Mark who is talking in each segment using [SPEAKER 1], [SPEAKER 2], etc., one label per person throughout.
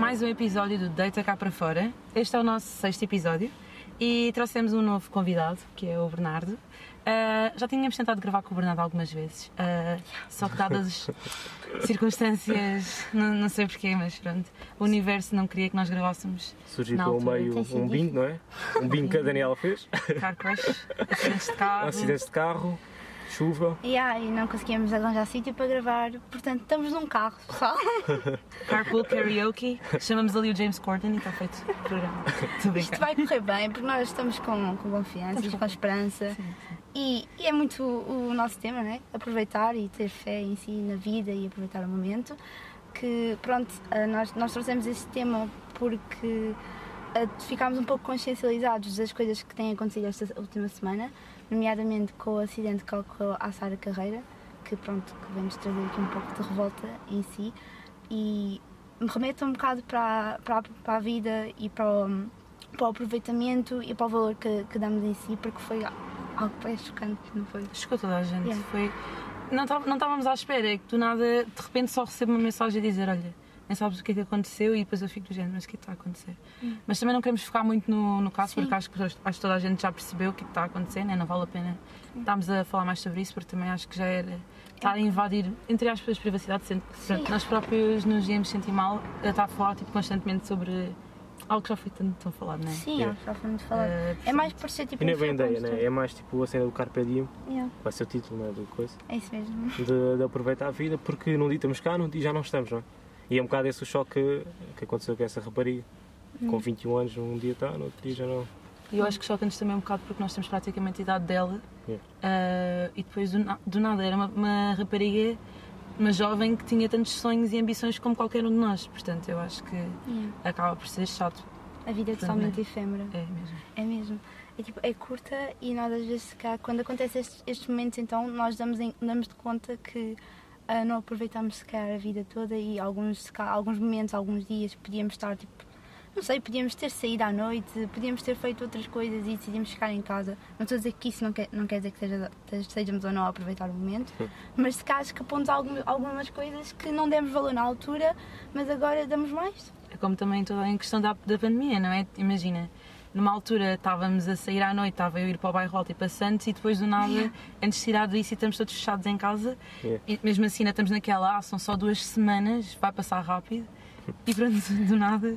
[SPEAKER 1] mais um episódio do Deita Cá para Fora. Este é o nosso sexto episódio e trouxemos um novo convidado, que é o Bernardo. Ah, já tínhamos tentado gravar com o Bernardo algumas vezes, ah, só que dadas as circunstâncias, não, não sei porquê, mas pronto, o universo não queria que nós gravássemos
[SPEAKER 2] Surgiu
[SPEAKER 1] Na
[SPEAKER 2] pelo
[SPEAKER 1] altura,
[SPEAKER 2] meio
[SPEAKER 3] tem sido
[SPEAKER 2] um bingo, não é? Um bingo que a Daniela fez.
[SPEAKER 1] car crash, acidentes de
[SPEAKER 2] Um
[SPEAKER 1] carro.
[SPEAKER 2] acidente de carro, chuva.
[SPEAKER 3] E aí não conseguíamos arranjar sítio para gravar, portanto estamos num carro, pessoal.
[SPEAKER 1] Carpool Karaoke, chamamos ali o James Corden e está feito o programa. Estou a
[SPEAKER 3] Isto
[SPEAKER 1] brincar.
[SPEAKER 3] vai correr bem, porque nós estamos com, com confiança,
[SPEAKER 1] Estamos com
[SPEAKER 3] com, esperança. E, e é muito o, o nosso tema, não é? Aproveitar e ter fé em si, na vida e aproveitar o momento. Que pronto, ah, nós, nós trouxemos este tema porque ah, ficámos um pouco consciencializados das coisas que têm acontecido esta última semana, nomeadamente com o acidente que ocorreu à Sara Carreira, que pronto, que vem-nos trazer aqui um pouco de revolta em si. E me remete um bocado para, para, para a vida e para o, para o aproveitamento e para o valor que, que damos em si, porque foi algo bem chocante, não foi?
[SPEAKER 1] Chocou toda a gente.
[SPEAKER 3] Yeah.
[SPEAKER 1] Foi... Não tá- não estávamos à espera, é que do nada, de repente, só recebo uma mensagem a dizer: Olha, nem sabes o que é que aconteceu, e depois eu fico do género, mas o que é que está a acontecer? Mas também não queremos focar muito no, no caso,
[SPEAKER 3] Sim.
[SPEAKER 1] porque acho que, acho que toda a gente já percebeu o que é que está a acontecer, né? não vale a pena estarmos a falar mais sobre isso, porque também acho que já era estar a invadir, entre aspas, privacidade, sendo que
[SPEAKER 3] Sim.
[SPEAKER 1] pronto, nós próprios nos íamos sentir mal a estar a falar tipo, constantemente sobre algo que já foi tanto tão falado, não é?
[SPEAKER 3] Sim,
[SPEAKER 2] Yeah.
[SPEAKER 3] acho que já foi muito falado.
[SPEAKER 1] Eh,
[SPEAKER 3] é
[SPEAKER 1] portanto,
[SPEAKER 3] mais por ser tipo.
[SPEAKER 2] E não é
[SPEAKER 3] um
[SPEAKER 2] bem
[SPEAKER 3] choque
[SPEAKER 2] ideia, né? É mais tipo a cena do Carpe Diem,
[SPEAKER 3] constante. Yeah,
[SPEAKER 2] vai ser o título, não é? Do coisa.
[SPEAKER 3] É isso mesmo.
[SPEAKER 2] De, de aproveitar a vida, porque num dia estamos cá, num dia já não estamos, não é? E é um bocado esse o choque que- que aconteceu com essa rapariga.
[SPEAKER 1] Hum.
[SPEAKER 2] Com 21 anos, um dia está, no outro dia já não.
[SPEAKER 1] E eu acho que choca-nos também um bocado porque nós temos praticamente a idade dela.
[SPEAKER 2] Yeah.
[SPEAKER 1] Ah, e depois do, na- do nada era uma, uma rapariga, uma jovem que tinha tantos sonhos e ambições como qualquer um de nós. Portanto, eu acho que
[SPEAKER 3] Yeah.
[SPEAKER 1] acaba por ser chato.
[SPEAKER 3] A vida é totalmente efêmera.
[SPEAKER 1] É mesmo.
[SPEAKER 3] É mesmo. É, tipo, é curta e nós às vezes cá, quando acontecem estes, estes momentos então nós damos, em- damos de conta que ah, não aproveitamos sequer a vida toda e alguns, se calhar, alguns momentos, alguns dias podíamos estar tipo, não sei, podíamos ter saído à noite, podíamos ter feito outras coisas e decidimos ficar em casa. Não estou a dizer que isso não quer, não quer dizer que seja, estejamos ou não a aproveitar o momento, mas se calhar escapamos algum, algumas coisas que não demos valor na altura, mas agora damos mais.
[SPEAKER 1] É como também toda em questão da, da pandemia, não é? Imagina, numa altura estávamos a sair à noite, estava eu a ir para o bairro alto e para Santos e depois do nada, antes de tirar disso e estamos todos fechados em casa.
[SPEAKER 2] Yeah.
[SPEAKER 1] E mesmo assim ainda estamos naquela, ah, são só duas semanas, vai passar rápido. E pronto, do nada. é?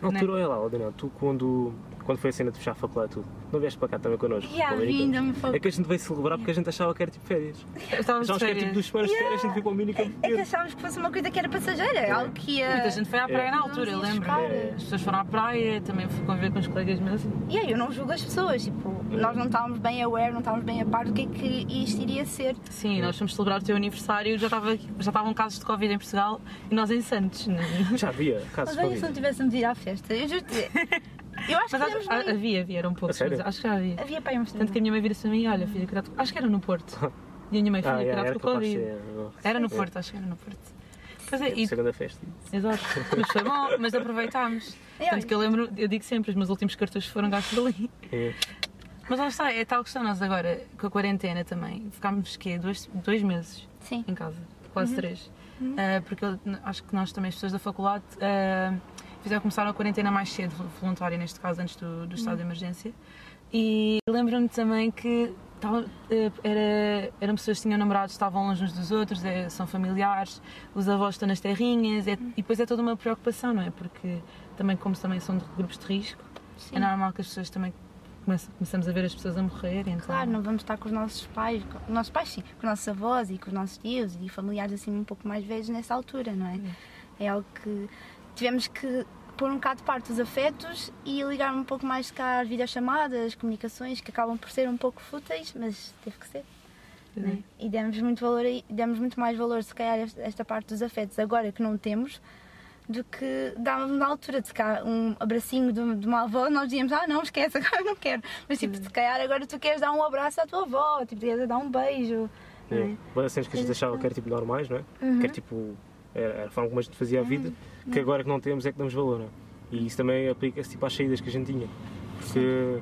[SPEAKER 2] Na altura, olha lá, ó, Daniel, tu quando, quando foi a cena de fechar a faculdade, tudo, não vieste para cá também connosco?
[SPEAKER 3] E a
[SPEAKER 2] Para ver, então.
[SPEAKER 3] vinda me foi
[SPEAKER 2] É que a gente veio celebrar porque a gente achava que era tipo férias.
[SPEAKER 1] Estávamos de
[SPEAKER 2] Achávamos que era tipo
[SPEAKER 1] férias.
[SPEAKER 2] duas semanas de férias, a gente veio para o mini campo.
[SPEAKER 3] É que achávamos que fosse uma coisa que era passageira, algo que ia.
[SPEAKER 1] Muita gente foi à praia
[SPEAKER 2] É.
[SPEAKER 1] na altura, eu
[SPEAKER 3] Vamos
[SPEAKER 1] lembro.
[SPEAKER 3] buscar.
[SPEAKER 1] As pessoas foram à praia, também fui conviver com os colegas meus.
[SPEAKER 3] E aí eu não julgo as pessoas, tipo, nós não estávamos bem aware, não estávamos bem a par do que é que isto iria ser.
[SPEAKER 1] Sim, nós fomos celebrar o teu aniversário, já, estava, já estavam casos de Covid em Portugal e nós em Santos. né?
[SPEAKER 2] Já havia casos de
[SPEAKER 3] Mas tipo olha se
[SPEAKER 2] Covid.
[SPEAKER 3] não tivéssemos ido à festa, eu juro-te. Eu acho
[SPEAKER 1] Mas
[SPEAKER 3] que
[SPEAKER 1] acho-
[SPEAKER 3] fizemos
[SPEAKER 1] ah,
[SPEAKER 3] bem. É.
[SPEAKER 1] havia, havia, eram poucos,
[SPEAKER 2] A sério?
[SPEAKER 1] mas acho que já havia.
[SPEAKER 3] Havia para ir mostrar.
[SPEAKER 1] Tanto que a minha mãe vira-se para mim e olha, filha, cuidado. com-" Acho que era no Porto. E a minha mãe, filha,
[SPEAKER 2] Ah, yeah,
[SPEAKER 1] cuidado
[SPEAKER 2] era
[SPEAKER 1] com o
[SPEAKER 2] capaz de
[SPEAKER 1] Covid.
[SPEAKER 2] ser.
[SPEAKER 1] Era no
[SPEAKER 2] É.
[SPEAKER 1] Porto, acho que era no Porto. Pois é, e,
[SPEAKER 2] tipo, Segunda festa.
[SPEAKER 1] exato. Mas foi bom, mas aproveitámos.
[SPEAKER 3] É,
[SPEAKER 1] Tanto que eu lembro, eu digo sempre, os meus últimos cartuchos foram gastos ali.
[SPEAKER 2] É.
[SPEAKER 1] Mas lá está, é tal questão, nós agora, com a quarentena também, ficámos, quê, dois, dois meses
[SPEAKER 3] Sim.
[SPEAKER 1] em casa, quase três. Ah, porque eu n- acho que nós também, as pessoas da faculdade, ah, fizeram começar a quarentena mais cedo, voluntária neste caso, antes do, do estado de emergência. E lembro-me também que tava- eh, era, eram pessoas que tinham namorados, estavam longe uns dos outros, eh, são familiares, os avós estão nas terrinhas, é- e depois é toda uma preocupação, não é? Porque também, como também são de grupos de risco,
[SPEAKER 3] Sim.
[SPEAKER 1] é normal que as pessoas também comece- começamos a ver as pessoas a morrer. Então...
[SPEAKER 3] Claro, não vamos estar com os nossos pais, com os nossos pais sim, com os nossos avós e com os nossos tios e familiares assim um pouco mais velhos nessa altura, não é? É algo que tivemos que pôr um bocado de parte os afetos e ligar um pouco mais cá as videochamadas, comunicações que acabam por ser um pouco fúteis, mas teve que ser. não é? E demos muito valor aí- demos muito mais valor se calhar esta- esta parte dos afetos agora que não temos do que dávamos na altura de cá um abracinho de, de uma avó, nós dizíamos, ah não, esquece, agora não quero. Mas tipo, se calhar agora tu queres dar um abraço à tua avó, tipo, queres dar um beijo. não é?
[SPEAKER 2] É. Várias cenas que a gente achava que era tipo normais, não é? Que era tipo. Era era a forma como a gente fazia a vida, que agora que não temos é que damos valor, não é? E isso também aplica-se tipo às saídas que a gente tinha. Porque.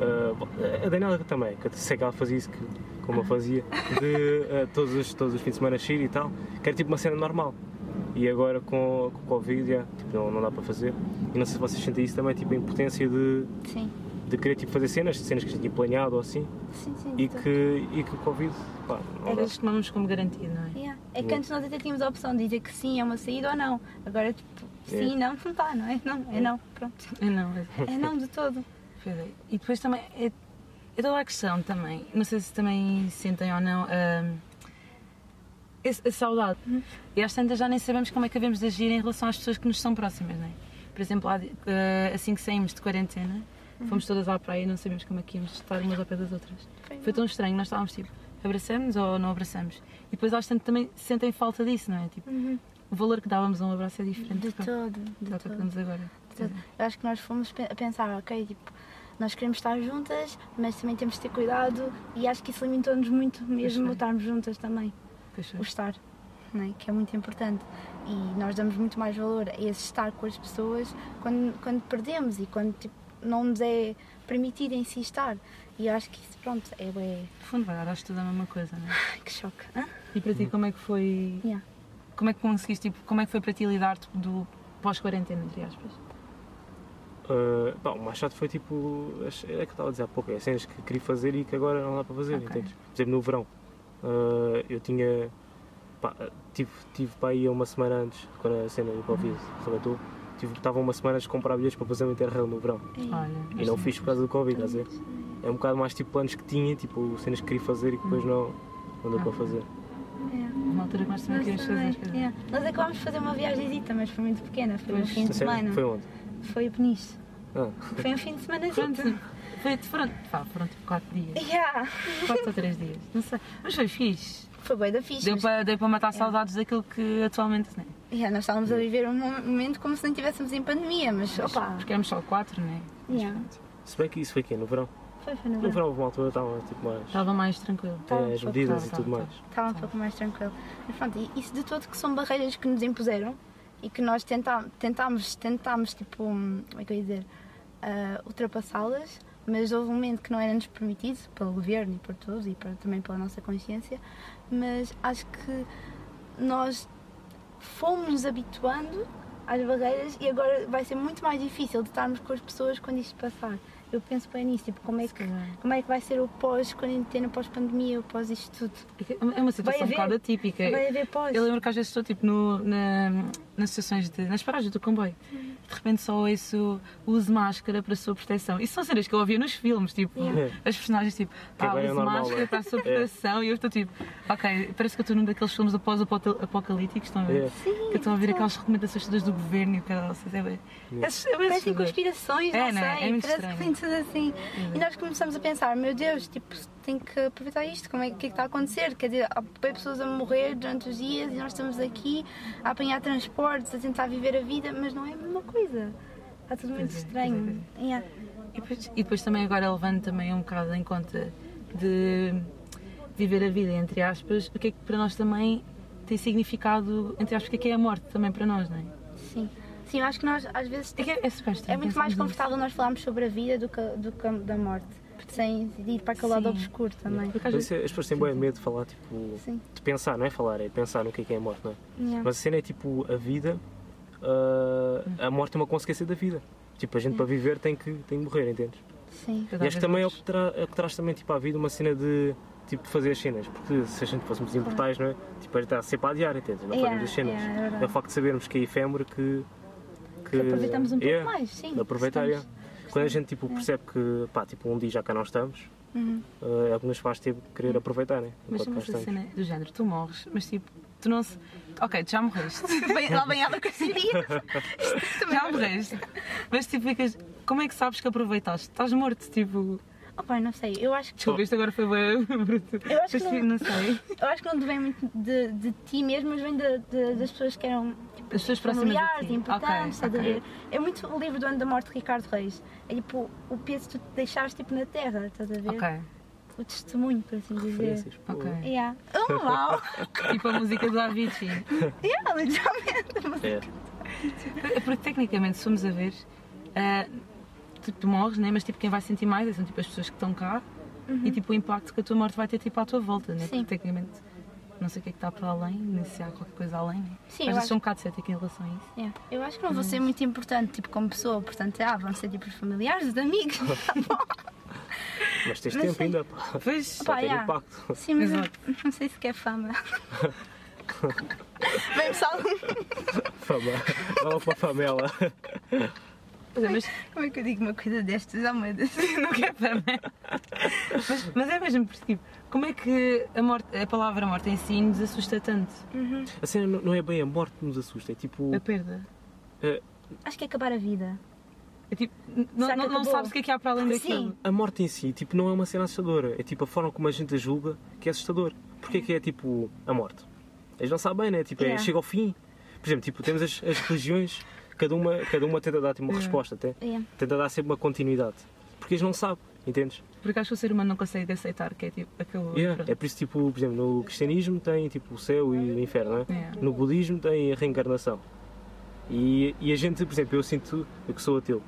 [SPEAKER 2] ah, bom, a Daniela também, que eu sei que ela fazia isso, que, como eu fazia, de ah, todos, os, todos os fins de semana sair e tal, que era tipo uma cena normal. E E agora com, com o Covid, já, tipo, não, não dá para fazer. E não sei se vocês sentem isso também, tipo, a impotência de,
[SPEAKER 3] Sim,
[SPEAKER 2] de querer tipo, fazer cenas, cenas que a gente tinha planeado ou assim,
[SPEAKER 3] sim, sim.
[SPEAKER 2] e
[SPEAKER 3] tô-
[SPEAKER 2] que, e que o Covid, pá, não
[SPEAKER 1] Às
[SPEAKER 2] dá.
[SPEAKER 1] vezes tomamos como garantido, não é?
[SPEAKER 3] Yeah. É que antes nós até tínhamos a opção de dizer que sim, é uma saída ou não. Agora, tipo,
[SPEAKER 2] Yeah.
[SPEAKER 3] sim, não, não dá, não é? Não, é não, pronto.
[SPEAKER 1] É não, é-
[SPEAKER 3] É não de todo.
[SPEAKER 1] pois é. E depois também é, é toda a questão também, não sei se também sentem ou não, hum, esse- a, saudade.
[SPEAKER 3] Uhum.
[SPEAKER 1] E às tantas já nem sabemos como é que devemos de agir em relação às pessoas que nos são próximas, não é? Por exemplo, há de- eh, assim que saímos de quarentena,
[SPEAKER 3] Uhum.
[SPEAKER 1] fomos todas à praia e não sabemos como é que íamos estar umas ao pé das outras.
[SPEAKER 3] Foi
[SPEAKER 1] Foi tão estranho, nós estávamos tipo, abraçamos ou não abraçamos? E depois às tantas também sentem falta disso, não é? Tipo, o valor que dávamos a um abraço é diferente
[SPEAKER 3] Uhum. De
[SPEAKER 1] do que
[SPEAKER 3] todo, de
[SPEAKER 1] do que
[SPEAKER 3] todo.
[SPEAKER 1] damos agora.
[SPEAKER 3] Portanto, Eu acho que nós fomos pe- a pensar, ok, tipo, nós queremos estar juntas, mas também temos de ter cuidado e acho que isso limitou-nos muito mesmo
[SPEAKER 1] foi.
[SPEAKER 3] estarmos juntas também,
[SPEAKER 1] é. Pois foi.
[SPEAKER 3] o estar, não é? que é muito importante. E nós damos muito mais valor a esse estar com as pessoas quando, quando perdemos e quando tipo, não nos é permitido em si estar. E eu acho que isso, pronto, é bué.
[SPEAKER 1] No fundo, vai dar, acho tudo a mesma coisa, não é?
[SPEAKER 3] Ai, que choque. hã?
[SPEAKER 1] E para ti,
[SPEAKER 2] Uhum.
[SPEAKER 1] como é que foi.
[SPEAKER 3] Yeah.
[SPEAKER 1] Como é que conseguiste, tipo, como é que foi para ti lidar tipo, do pós-quarentena, entre aspas?
[SPEAKER 2] Uh, pá, o mais chato foi tipo. as- É que eu estava a dizer há pouco, é cenas que queria fazer e que agora não dá para fazer,
[SPEAKER 1] Ok.
[SPEAKER 2] entendes? Por exemplo, no verão, uh, eu tinha. Pá, tive, tive para aí uma semana antes, quando a cena do Covid
[SPEAKER 3] Uhum.
[SPEAKER 2] relatou, tive- estava uma semana antes de comprar bilhetes para fazer um interrail no verão.
[SPEAKER 3] É
[SPEAKER 1] Olha,
[SPEAKER 2] E não fiz por causa do Covid, estás a ver? É um bocado mais tipo planos que tinha, tipo cenas que queria fazer e que
[SPEAKER 3] Uhum.
[SPEAKER 2] depois não, não deu
[SPEAKER 1] Ah.
[SPEAKER 2] para fazer.
[SPEAKER 3] É.
[SPEAKER 1] Uma altura que nós também
[SPEAKER 3] Nós
[SPEAKER 1] queríamos fazer.
[SPEAKER 3] também,
[SPEAKER 1] as coisas.
[SPEAKER 3] yeah. Nós acabámos de fazer uma viagemzita, mas foi muito pequena, foi um
[SPEAKER 1] Pois,
[SPEAKER 3] fim de
[SPEAKER 2] A sério?
[SPEAKER 3] semana.
[SPEAKER 2] Foi onde?
[SPEAKER 3] Foi o Peniche.
[SPEAKER 2] Ah,
[SPEAKER 3] Foi um fim de semana
[SPEAKER 1] Pronto,
[SPEAKER 3] junto.
[SPEAKER 1] foi de pronto, pá, foram tipo 4 dias,
[SPEAKER 3] Yeah.
[SPEAKER 1] 4 ou 3 dias, não sei. Mas foi fixe.
[SPEAKER 3] Foi bem da fixe.
[SPEAKER 1] Deu
[SPEAKER 3] mas- é.
[SPEAKER 1] para, deu para matar saudades daquilo que atualmente não é.
[SPEAKER 3] Yeah, nós estávamos a viver um mo- momento como se não estivéssemos em pandemia, mas opa.
[SPEAKER 1] Porque éramos só 4, não é? Mas
[SPEAKER 3] Yeah.
[SPEAKER 1] pronto.
[SPEAKER 2] se bem que isso foi aqui no verão.
[SPEAKER 3] Foi, foi no
[SPEAKER 2] No
[SPEAKER 3] verão.
[SPEAKER 2] verão houve uma altura que estava tipo mais.
[SPEAKER 1] Estava mais tranquilo.
[SPEAKER 3] Tá.
[SPEAKER 2] até É, as medidas e
[SPEAKER 1] tá,
[SPEAKER 2] tudo
[SPEAKER 1] tá.
[SPEAKER 2] mais.
[SPEAKER 3] Estava um pouco mais tranquilo. Mas pronto, e isso de todo que são barreiras que nos impuseram e que nós tentá- tentámos, tentámos, tipo, hum, como é que eu ia dizer, ah, ultrapassá-las, mas houve um momento que não era-nos permitido, pelo governo e por todos e por- também pela nossa consciência, mas acho que nós fomos-nos habituando às barreiras e agora vai ser muito mais difícil de estarmos com as pessoas quando isto passar. Eu penso bem nisso, tipo, como é
[SPEAKER 1] Se
[SPEAKER 3] que,
[SPEAKER 1] calhar.
[SPEAKER 3] como é que vai ser o pós-quarentena, pós-pandemia, o pós isto tudo?
[SPEAKER 1] É uma situação um
[SPEAKER 3] haver.
[SPEAKER 1] bocado atípica.
[SPEAKER 3] Vai haver pós.
[SPEAKER 1] Eu lembro que às vezes estou tipo no- na- nas estações de. nas paragens do comboio. De repente só ouço use máscara para a sua proteção. Isso são cenas que eu ouvia nos filmes, tipo,
[SPEAKER 2] Yeah.
[SPEAKER 1] as personagens tipo,
[SPEAKER 2] Que
[SPEAKER 1] ah,
[SPEAKER 2] agora é
[SPEAKER 1] use
[SPEAKER 2] normal,
[SPEAKER 1] máscara
[SPEAKER 2] é?
[SPEAKER 1] para a sua proteção. E eu estou tipo, ok, parece que eu estou num daqueles filmes após-apocalípticos, estão a ver?
[SPEAKER 2] Yeah.
[SPEAKER 1] Que estão a ver aquelas recomendações todas do governo e o cara, não sei, é bem. É, bem
[SPEAKER 3] Parecem
[SPEAKER 1] assustador.
[SPEAKER 3] conspirações,
[SPEAKER 1] É,
[SPEAKER 3] não
[SPEAKER 1] não é?
[SPEAKER 3] sei.
[SPEAKER 1] É muito
[SPEAKER 3] parece
[SPEAKER 1] estranho. Uhum.
[SPEAKER 3] que tem tudo assim. E nós começamos a pensar, meu Deus, tipo, tenho que aproveitar isto, como é, o que é que está a acontecer? Quer dizer, há bem pessoas a morrer durante os dias e nós estamos aqui a apanhar transportes, a tentar viver a vida, mas não é a mesma coisa. Está tudo muito
[SPEAKER 1] Pois é,
[SPEAKER 3] estranho. Yeah.
[SPEAKER 1] E depois, e depois também agora levando também um bocado em conta de viver a vida, entre aspas, o que é que para nós também tem significado, entre aspas, o que é que é a morte também para nós, não é?
[SPEAKER 3] Sim. Sim, eu acho que nós às vezes
[SPEAKER 1] É, que é, é super
[SPEAKER 3] É
[SPEAKER 1] estranho
[SPEAKER 3] muito
[SPEAKER 1] pensarmos
[SPEAKER 3] mais
[SPEAKER 1] nisso.
[SPEAKER 3] confortável nós falarmos sobre a vida do que, do que da morte. Sem ir para aquele lado
[SPEAKER 1] Sim.
[SPEAKER 3] obscuro também.
[SPEAKER 1] Porque às
[SPEAKER 2] Mas
[SPEAKER 1] vezes-
[SPEAKER 2] isso é- As pessoas têm bem medo de falar, tipo,
[SPEAKER 3] Sim.
[SPEAKER 2] de pensar, não é falar, é pensar no que é que é a morte, não é?
[SPEAKER 3] Yeah.
[SPEAKER 2] Mas a cena é tipo a vida, ah, a morte é uma consequência da vida. Tipo,
[SPEAKER 3] É.
[SPEAKER 2] a gente para viver tem que, tem que morrer, entendes?
[SPEAKER 3] Sim.
[SPEAKER 1] Eu
[SPEAKER 2] E acho que também é o
[SPEAKER 1] às
[SPEAKER 2] que, tra- é o que traz também tipo, à vida uma cena de tipo, de fazer as cenas, porque se a gente fôssemos imortais, não é? Tipo, a gente está sempre a adiar, entendes? Não
[SPEAKER 3] Yeah,
[SPEAKER 2] fazemos as cenas.
[SPEAKER 3] yeah, é verdade.
[SPEAKER 2] é o facto de sabermos que é efêmero que.
[SPEAKER 3] Que aproveitamos um pouco
[SPEAKER 2] yeah,
[SPEAKER 3] mais, sim.
[SPEAKER 2] de aproveitar,
[SPEAKER 3] Estamos-
[SPEAKER 2] yeah. Quando a gente tipo, percebe que pá, tipo, um dia já cá não estamos,
[SPEAKER 3] Uhum.
[SPEAKER 2] ah, é o que nos faz tipo, querer aproveitar, né?
[SPEAKER 1] Mas
[SPEAKER 2] Enquanto cá
[SPEAKER 1] também a
[SPEAKER 2] estamos.
[SPEAKER 1] cena do género, tu morres, mas tipo, tu não se. Ok, tu já morreste.
[SPEAKER 2] é.
[SPEAKER 1] Bem, lá bem ela com esse Já morreste. Mas tipo, ficas. Como é que sabes que aproveitaste? Estás morto, tipo.
[SPEAKER 3] Oh, pai, não sei. Eu acho que
[SPEAKER 1] Desculpa, isto agora foi bem bruto.
[SPEAKER 3] Eu acho que
[SPEAKER 1] Mas,
[SPEAKER 3] não-
[SPEAKER 1] tipo, não sei.
[SPEAKER 3] Eu acho que não vem muito de, de ti mesmo, mas vem da- da- das pessoas que eram tipo,
[SPEAKER 1] As pessoas próximas de
[SPEAKER 3] familiares,
[SPEAKER 1] ti. Ok,
[SPEAKER 3] importantes, estás a
[SPEAKER 1] ok.
[SPEAKER 3] ver? É muito o livro do ano da morte de Ricardo Reis. É tipo o peso que tu deixaste tipo, na terra, estás a ver?
[SPEAKER 1] Ok.
[SPEAKER 3] O testemunho, por assim dizer.
[SPEAKER 2] Referências, pô.
[SPEAKER 1] Ok.
[SPEAKER 3] Yeah. Oh, uau!
[SPEAKER 1] Tipo a música do Avicii.
[SPEAKER 3] yeah, literalmente.
[SPEAKER 2] É.
[SPEAKER 1] É Porque tecnicamente, se formos a ver, ah, tu, tu morres, né? mas tipo, quem vai sentir mais são tipo, as pessoas que estão cá e tipo, o impacto que a tua morte vai ter tipo, à tua volta. Né?
[SPEAKER 3] Uhum. Sim.
[SPEAKER 1] Tecnicamente, não sei o que é que está para além, nem se há qualquer coisa além, né?
[SPEAKER 3] Sim,
[SPEAKER 1] Às
[SPEAKER 3] eu
[SPEAKER 1] vezes
[SPEAKER 3] acho-
[SPEAKER 1] sou um bocado cética em relação a isso.
[SPEAKER 3] Yeah. Eu acho que não vou
[SPEAKER 1] Hum.
[SPEAKER 3] ser muito importante, tipo, como pessoa, portanto, ah, vão ser tipo os familiares, os amigos.
[SPEAKER 2] Mas tens
[SPEAKER 3] Mas
[SPEAKER 2] tempo
[SPEAKER 3] sim.
[SPEAKER 2] ainda, pá.
[SPEAKER 1] Pois,
[SPEAKER 2] Só
[SPEAKER 3] Pá,
[SPEAKER 2] tem
[SPEAKER 3] yeah.
[SPEAKER 2] impacto.
[SPEAKER 3] Sim, mas eu
[SPEAKER 1] Exato.
[SPEAKER 3] não sei se quer fama. Bem, pessoal,
[SPEAKER 2] Fama. Dá é uma para a famela.
[SPEAKER 1] Pois é, mas,
[SPEAKER 3] como é que eu digo uma coisa destas? Ah, meu Deus.
[SPEAKER 1] não quer fama. mas, mas é mesmo porque, tipo, como é que a, morte, a palavra morte em si nos assusta tanto?
[SPEAKER 2] A cena não- não é bem a morte que nos assusta, é tipo.
[SPEAKER 1] A perda?
[SPEAKER 3] Acho que é acabar a vida.
[SPEAKER 1] É tipo, n- não,
[SPEAKER 3] Será
[SPEAKER 1] não,
[SPEAKER 3] que
[SPEAKER 1] não
[SPEAKER 3] acabou?
[SPEAKER 1] sabes o que é que há para além daquilo.
[SPEAKER 3] Sim.
[SPEAKER 2] A morte em si, tipo, não é uma cena assustadora. É tipo a forma como a gente a julga que é assustador. Porquê que é, tipo, a morte? Eles não sabem, né? Tipo, é,
[SPEAKER 3] Yeah.
[SPEAKER 2] chega ao fim. Por exemplo, tipo, temos as, as religiões, cada uma, cada uma tenta dar tipo, uma
[SPEAKER 1] Yeah.
[SPEAKER 2] resposta, até.
[SPEAKER 3] Yeah.
[SPEAKER 2] Tenta dar sempre uma continuidade. Porque eles não sabem, entendes?
[SPEAKER 1] Porque acho que o ser humano não consegue aceitar que é tipo aquilo.
[SPEAKER 2] Yeah.
[SPEAKER 1] pronto.
[SPEAKER 2] É por isso, tipo, por exemplo, no cristianismo tem, tipo, o céu e o inferno, né?
[SPEAKER 1] Yeah.
[SPEAKER 2] No budismo tem a reencarnação. E, e a gente, por exemplo, eu sinto, eu que sou ateu,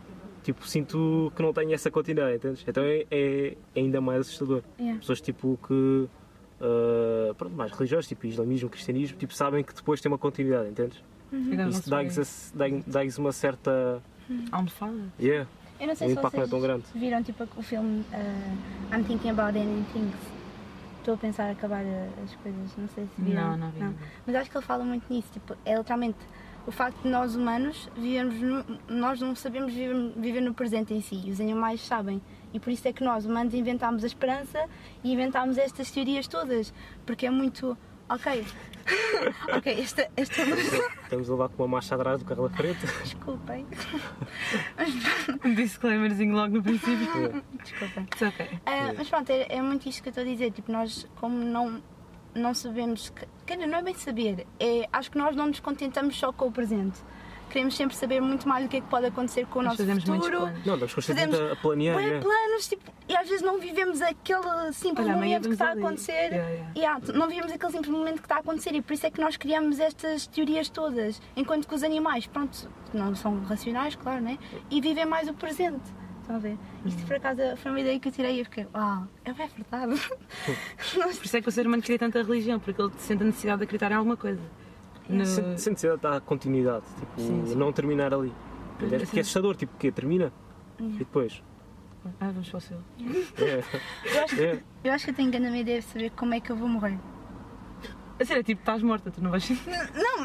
[SPEAKER 2] tipo, sinto que não tenho essa continuidade, entendes? Então é, é ainda mais assustador.
[SPEAKER 3] Yeah.
[SPEAKER 2] Pessoas tipo que. ah, pronto, mais religiosos, tipo islamismo, cristianismo, tipo, sabem que depois tem uma continuidade, entendes?
[SPEAKER 1] Cada um
[SPEAKER 2] Uhum. Isso
[SPEAKER 1] sabe.
[SPEAKER 2] dá-lhes a- dá- dá-lhes uma certa.
[SPEAKER 1] Almofada.
[SPEAKER 2] Yeah,
[SPEAKER 3] Eu não sei
[SPEAKER 2] o
[SPEAKER 3] se
[SPEAKER 2] impacto não é tão
[SPEAKER 3] vocês
[SPEAKER 2] grande.
[SPEAKER 3] viram tipo o filme ah, I'm Thinking About Ending Things. Estou a pensar a acabar ah, as coisas, não sei se viram.
[SPEAKER 1] Não, não vi.
[SPEAKER 3] Mas acho que ele fala muito nisso, tipo, é literalmente o facto de nós humanos vivemos no- nós não sabemos viver, viver no presente em si, e os animais sabem. E por isso é que nós, humanos, inventámos a esperança e inventámos estas teorias todas, porque é muito, ok, ok, esta, esta é luz,
[SPEAKER 2] Estamos a levar com uma marcha atrás do carro da frente.
[SPEAKER 3] desculpem,
[SPEAKER 1] Um disclaimerzinho logo no princípio.
[SPEAKER 2] Yeah.
[SPEAKER 3] desculpem.
[SPEAKER 1] It's ok.
[SPEAKER 3] Ah, mas pronto, é, é muito isto que eu estou a dizer. Tipo, nós, como não, não sabemos. Que, quer dizer, não é bem saber. É, acho que nós não nos contentamos só com o presente. Queremos sempre saber muito mais do que é que pode acontecer com o
[SPEAKER 1] Nós
[SPEAKER 3] nosso
[SPEAKER 1] fazemos muitos
[SPEAKER 3] futuro.
[SPEAKER 1] planos.
[SPEAKER 2] Não, estamos constantemente
[SPEAKER 3] Fazemos
[SPEAKER 2] a planear. né?
[SPEAKER 3] Bué
[SPEAKER 2] yeah.
[SPEAKER 3] planos, tipo, e às vezes não vivemos aquele simples
[SPEAKER 1] Olha, amanhã
[SPEAKER 3] Um momento que
[SPEAKER 1] vamos
[SPEAKER 3] está a
[SPEAKER 1] ali.
[SPEAKER 3] acontecer.
[SPEAKER 1] Yeah, yeah.
[SPEAKER 3] Yeah, não vivemos aquele simples momento que está a acontecer e por isso é que nós criamos estas teorias todas. Enquanto que os animais, pronto, não são racionais, claro, né? E vivem mais o presente. Estão a ver? Isto por acaso foi uma ideia que eu tirei e eu fiquei, uau, é bem verdade.
[SPEAKER 1] Por isso é que o ser humano cria tanta religião, porque ele sente a necessidade de acreditar em alguma coisa. No-
[SPEAKER 2] Sem, sem necessidade de dar continuidade, tipo,
[SPEAKER 1] Sim, sim.
[SPEAKER 2] não terminar ali. Entendes? Porque
[SPEAKER 1] Sim.
[SPEAKER 2] é assustador, tipo, o quê? Termina
[SPEAKER 1] Uhum.
[SPEAKER 2] e depois.
[SPEAKER 1] Ah, vamos para o seu.
[SPEAKER 2] É,
[SPEAKER 3] eu, acho,
[SPEAKER 2] é.
[SPEAKER 3] eu acho que eu tenho grande ideia de saber como é que eu vou morrer.
[SPEAKER 1] A sério, tipo, estás morta, tu não vais.
[SPEAKER 3] Não,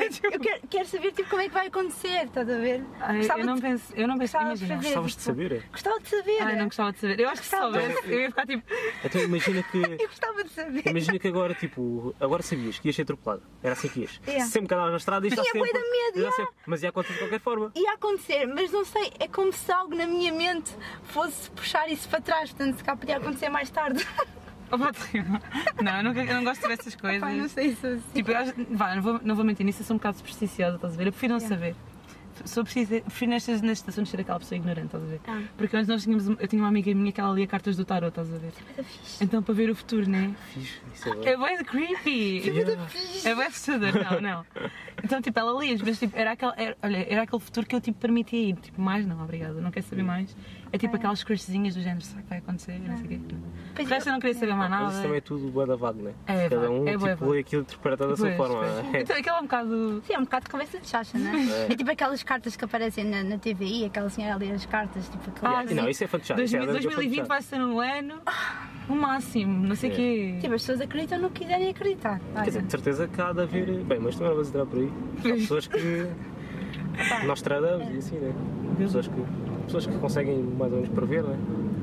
[SPEAKER 3] eu quero, quero saber tipo, como é que vai acontecer, estás a ver?
[SPEAKER 1] Ai, eu
[SPEAKER 3] Gostava
[SPEAKER 1] não
[SPEAKER 3] de-
[SPEAKER 1] penso, eu não penso,
[SPEAKER 3] gostava de
[SPEAKER 1] imagina.
[SPEAKER 3] saber.
[SPEAKER 2] Gostavas de saber, é?
[SPEAKER 3] Gostava de saber.
[SPEAKER 1] Ai, não gostava de saber. Eu acho que se
[SPEAKER 3] Gostava.
[SPEAKER 1] soubesse, eu ia ficar tipo.
[SPEAKER 2] Então imagina que.
[SPEAKER 3] Eu gostava de
[SPEAKER 1] é
[SPEAKER 3] saber.
[SPEAKER 2] Imagina que agora, tipo, agora sabias que ias ser atropelado. Era assim que ias.
[SPEAKER 1] É.
[SPEAKER 3] Yeah.
[SPEAKER 2] Sempre que andavas na estrada, isto
[SPEAKER 3] Tinha
[SPEAKER 2] há sempre-
[SPEAKER 3] bué de medo,
[SPEAKER 2] isto há
[SPEAKER 3] yeah.
[SPEAKER 2] sempre- Mas ia acontecer de qualquer forma.
[SPEAKER 3] ia acontecer, mas não sei, é como se algo na minha mente fosse puxar isso para trás, portanto se cá podia acontecer mais tarde.
[SPEAKER 1] Opa, tu- não, eu, nunca, eu não gosto de ver essas coisas.
[SPEAKER 3] Pá, não sei se assim.
[SPEAKER 1] é. Tipo, eu acho- vá, não vou, não vou mentir nisso, eu sou um bocado supersticiosa, estás a ver? Eu prefiro não saber. Sou precisa, prefiro nestas, nestes assuntos ser aquela pessoa ignorante, estás a ver?
[SPEAKER 3] Ah.
[SPEAKER 1] Porque antes nós tínhamos, uma- eu tinha uma amiga minha que ela lia cartas do tarot, estás a ver?
[SPEAKER 3] Mas fixe.
[SPEAKER 1] Então para ver o futuro, né?
[SPEAKER 2] Fiz isso agora.
[SPEAKER 1] É bem creepy!
[SPEAKER 2] Yeah.
[SPEAKER 1] É bem assustador, não, não. Então, tipo, ela lia, mas tipo, era aquele, era, olha, era aquele futuro que eu tipo, permitia ir. Tipo, mais não, obrigada, não quero saber mais. É tipo aquelas crushzinhas do género, será que vai acontecer? Não sei o quê.
[SPEAKER 3] Pois
[SPEAKER 1] O resto eu não queria saber mais
[SPEAKER 2] Mas isso também
[SPEAKER 1] nada.
[SPEAKER 2] é tudo bué da vago, né?
[SPEAKER 1] É,
[SPEAKER 2] Cada
[SPEAKER 1] vago.
[SPEAKER 2] um,
[SPEAKER 1] É bué
[SPEAKER 2] tipo,
[SPEAKER 1] vago.
[SPEAKER 2] aquilo interpreta da sua
[SPEAKER 1] Pois,
[SPEAKER 2] forma,
[SPEAKER 1] pois.
[SPEAKER 2] não é?
[SPEAKER 1] Então, aquele é um bocado.
[SPEAKER 3] Sim, é um bocado de cabeça de chacha, não é? É tipo aquelas cartas que aparecem na, na TVI, aquela senhora a ler as cartas, tipo aquela.
[SPEAKER 1] Ah, sim.
[SPEAKER 2] Não, isso é fantástico. isso é
[SPEAKER 1] 2000
[SPEAKER 2] fantástico.
[SPEAKER 1] 2020 vai ser um ano, o máximo, não sei o
[SPEAKER 2] É.
[SPEAKER 1] quê.
[SPEAKER 3] Tipo, as pessoas acreditam no que quiserem acreditar.
[SPEAKER 2] Quer dizer, de certeza que há de haver. Bem, mas também não vamos entrar por aí. Há pessoas que. Nós tradamos e assim, né? Pessoas que, pessoas que conseguem mais ou menos prever, né?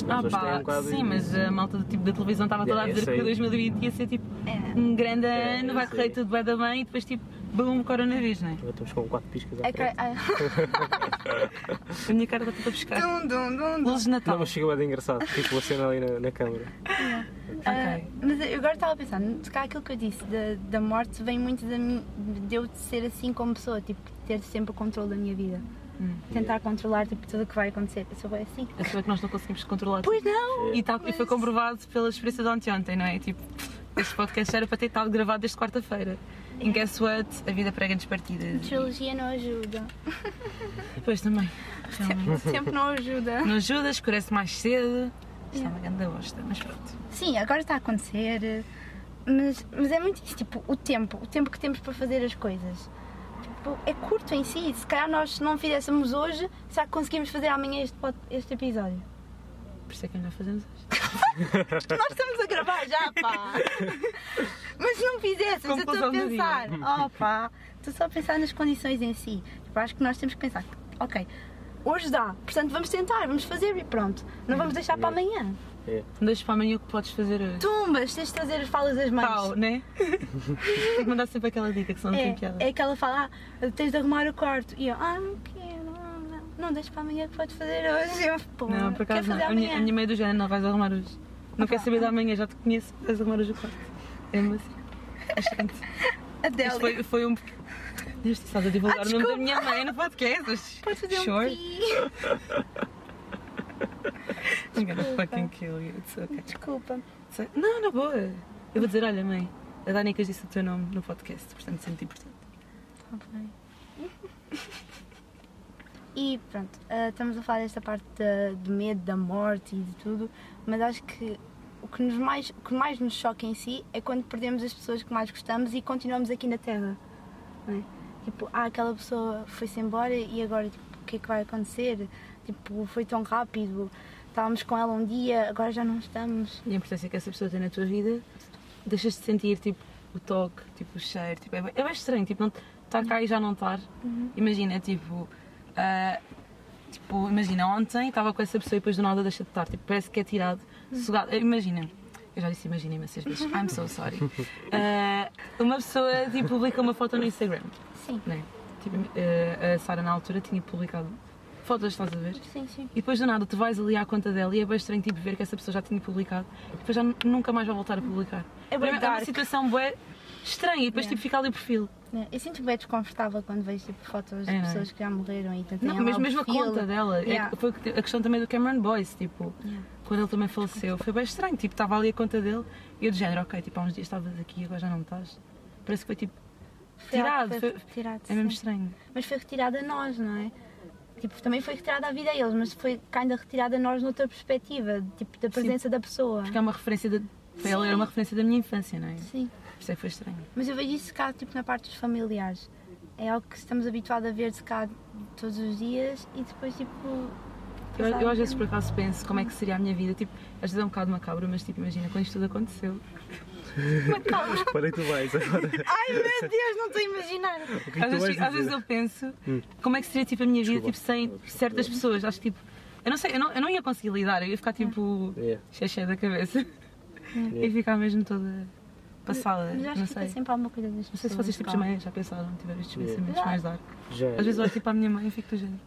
[SPEAKER 1] ah
[SPEAKER 2] pessoas que têm um
[SPEAKER 1] pá,
[SPEAKER 2] bocado de-
[SPEAKER 1] sim, mas a malta do tipo da televisão estava toda a
[SPEAKER 2] Yeah,
[SPEAKER 1] dizer
[SPEAKER 2] eu
[SPEAKER 1] que
[SPEAKER 2] sei.
[SPEAKER 1] 2020 ia ser tipo
[SPEAKER 3] É.
[SPEAKER 1] um grande
[SPEAKER 2] É,
[SPEAKER 1] ano,
[SPEAKER 2] eu
[SPEAKER 1] vai
[SPEAKER 2] sei.
[SPEAKER 1] correr tudo bem da bem e depois tipo, boom, coronavírus, não é?
[SPEAKER 2] Agora estamos com quatro piscas à
[SPEAKER 3] É que-
[SPEAKER 2] frente.
[SPEAKER 3] ah,
[SPEAKER 1] A minha cara está toda a pescar.
[SPEAKER 3] dum, dum, dum, dum.
[SPEAKER 1] Luzes de Natal.
[SPEAKER 2] Não, mas chega bué de engraçado. Tipo, a cena ali na, na câmara.
[SPEAKER 3] Ah,
[SPEAKER 1] Ok.
[SPEAKER 3] mas eu agora estava a pensar, se cá aquilo que eu disse da, da morte vem muito da mim, de eu ser assim como pessoa, tipo, ter sempre o controle da minha vida.
[SPEAKER 1] Hum.
[SPEAKER 3] Tentar controlar tipo, tudo o que vai acontecer. Eu sou bem assim.
[SPEAKER 1] A pessoa é que nós não conseguimos controlar.
[SPEAKER 3] Pois não!
[SPEAKER 1] E, tá- e foi
[SPEAKER 3] Mas-
[SPEAKER 1] comprovado pela experiência de ontem, ontem, não é? Tipo, este podcast era para ter estado gravado desde quarta-feira.
[SPEAKER 3] É.
[SPEAKER 1] Em guess what? A vida prega nos partidas.
[SPEAKER 3] Trilogia não ajuda.
[SPEAKER 1] Depois também. Realmente.
[SPEAKER 3] Sempre não ajuda.
[SPEAKER 1] Não ajuda, escurece mais cedo. Isto é uma grande bosta, mas pronto.
[SPEAKER 3] Sim, agora está a acontecer. Mas, mas é muito isso, tipo, o tempo, o tempo que temos para fazer as coisas. Tipo, é curto em si, se calhar nós se não fizéssemos hoje, será que conseguimos fazer amanhã este, pod- este episódio?
[SPEAKER 1] Por isso é que ainda fazemos hoje.
[SPEAKER 3] Nós estamos a gravar já, pá! Mas se não fizéssemos, eu estou
[SPEAKER 1] Conclusão
[SPEAKER 3] a
[SPEAKER 1] do
[SPEAKER 3] pensar. Oh, pá! Estou só a pensar nas condições em si. Tipo, acho que nós temos que pensar, ok, hoje dá, portanto vamos tentar, vamos fazer e pronto. Não vamos deixar para amanhã.
[SPEAKER 1] Não deixes Um para amanhã o que podes fazer hoje.
[SPEAKER 3] Tumbas, tens de trazer as falas das mães.
[SPEAKER 1] Pau, né? Tem que mandar sempre aquela dica que assim só não tem piada.
[SPEAKER 3] É, é que ela fala, ah, tens de arrumar o quarto. E eu, ah, não quero, não, não, não deixo para amanhã que podes fazer hoje. Eu, pô,
[SPEAKER 1] Não, por
[SPEAKER 3] quero
[SPEAKER 1] acaso não.
[SPEAKER 3] fazer
[SPEAKER 1] A minha,
[SPEAKER 3] amanhã.
[SPEAKER 1] a minha mãe é do género não vais arrumar hoje. Não quero saber da manhã, já te conheço, vais arrumar hoje o quarto. É uma assim. Bastante. Isto
[SPEAKER 3] Adele,
[SPEAKER 1] foi, foi um. Deus, estás a divulgar
[SPEAKER 3] Ah,
[SPEAKER 1] o nome da
[SPEAKER 3] desculpa.
[SPEAKER 1] minha mãe no podcast. mas-
[SPEAKER 3] podes fazer
[SPEAKER 1] sure.
[SPEAKER 3] um pi.
[SPEAKER 1] I'm gonna
[SPEAKER 3] Desculpa.
[SPEAKER 1] fucking kill you. It's okay.
[SPEAKER 3] Desculpa.
[SPEAKER 1] It's okay. Não, na boa. Eu vou dizer, olha, mãe, a Danicas disse o teu nome no podcast, portanto sinto importante.
[SPEAKER 3] Tá bem. E pronto, ah, estamos a falar desta parte da- do medo, da morte e de tudo, mas acho que o que, nos mais, o que mais nos choca em si é quando perdemos as pessoas que mais gostamos e continuamos aqui na Terra. não é? Tipo, ah, aquela pessoa foi-se embora e agora tipo, o que é que vai acontecer? Tipo, foi tão rápido, estávamos com ela um dia, agora já não estamos.
[SPEAKER 1] E a importância que essa pessoa tem na tua vida, deixas de sentir tipo o toque, tipo o cheiro, tipo, é, bem, é bem estranho, tipo, não estar cá e já não estar. Imagina, tipo, ah, tipo, imagina, ontem estava com essa pessoa e depois do nada deixa de estar, tipo, parece que é tirado, sugado. Imagina, eu já disse imagina imensas vezes, I'm so sorry. Ah, uma pessoa tipo, publica uma foto no Instagram,
[SPEAKER 3] Sim,
[SPEAKER 1] né? Tipo, ah, a Sara na altura tinha publicado fotos, estás a ver?
[SPEAKER 3] sim, sim.
[SPEAKER 1] E depois do nada tu vais ali à conta dela e é bem estranho tipo, ver que essa pessoa já tinha publicado e depois já nu- nunca mais vai voltar a publicar.
[SPEAKER 3] É bué
[SPEAKER 1] uma- uma
[SPEAKER 3] dark.
[SPEAKER 1] situação bué estranha e depois
[SPEAKER 3] Yeah.
[SPEAKER 1] tipo, fica ali o perfil.
[SPEAKER 3] É, Eu sinto-me bem desconfortável quando vejo tipo, fotos
[SPEAKER 1] É,
[SPEAKER 3] de
[SPEAKER 1] não é?
[SPEAKER 3] pessoas que já morreram e tanto
[SPEAKER 1] não, mas mesmo a conta dela. É que
[SPEAKER 3] Yeah.
[SPEAKER 1] foi a questão também do Cameron Boyce, tipo,
[SPEAKER 3] Yeah.
[SPEAKER 1] quando ele também faleceu, foi bem estranho. Tipo, estava ali a conta dele e eu de género, ok, tipo, há uns dias estavas aqui e agora já não estás. Parece que foi tipo, tirado.
[SPEAKER 3] Foi,
[SPEAKER 1] foi-
[SPEAKER 3] retirado,
[SPEAKER 1] é mesmo
[SPEAKER 3] sim. Ah.
[SPEAKER 1] estranho.
[SPEAKER 3] Mas foi retirada a nós, não é? Tipo, também foi retirada a vida a eles, mas foi ainda retirada a nós noutra perspectiva, tipo, da presença da pessoa.
[SPEAKER 1] Porque é uma referência, de, para ela era uma referência da minha infância, não é? Por
[SPEAKER 3] Sim.
[SPEAKER 1] isso é que foi estranho.
[SPEAKER 3] Mas eu vejo isso cá, tipo, na parte dos familiares. É algo que estamos habituados a ver-se cá todos os dias e depois, tipo.
[SPEAKER 1] Eu, eu
[SPEAKER 3] passar-
[SPEAKER 1] às vezes por acaso penso como é que seria a minha vida, tipo, às vezes é um bocado macabro, mas tipo, imagina quando isto tudo aconteceu.
[SPEAKER 2] Para aí tu vais agora.
[SPEAKER 3] Ai meu Deus, não estou a imaginar!
[SPEAKER 2] O que é que
[SPEAKER 1] Às
[SPEAKER 2] tu
[SPEAKER 1] vezes,
[SPEAKER 2] vais
[SPEAKER 1] fico- às vezes
[SPEAKER 2] dizer? Hum.
[SPEAKER 1] eu penso como é que seria tipo a minha vida
[SPEAKER 2] Desculpa.
[SPEAKER 1] tipo, sem certas pessoas. Acho que tipo, eu não sei, eu não, eu não ia conseguir lidar, eu ia ficar tipo
[SPEAKER 2] Yeah.
[SPEAKER 1] cheia cheia da cabeça
[SPEAKER 2] É.
[SPEAKER 1] e ficar mesmo toda passada,
[SPEAKER 3] Mas eu acho
[SPEAKER 1] não
[SPEAKER 3] que fica
[SPEAKER 1] sei.
[SPEAKER 3] sempre alguma coisa das
[SPEAKER 1] Não sei se vocês tipo, também já pensaram, tiveram estes
[SPEAKER 2] Yeah.
[SPEAKER 1] pensamentos
[SPEAKER 3] Já.
[SPEAKER 1] mais dark.
[SPEAKER 2] Já.
[SPEAKER 1] Às vezes eu olho tipo à minha mãe e fico do género.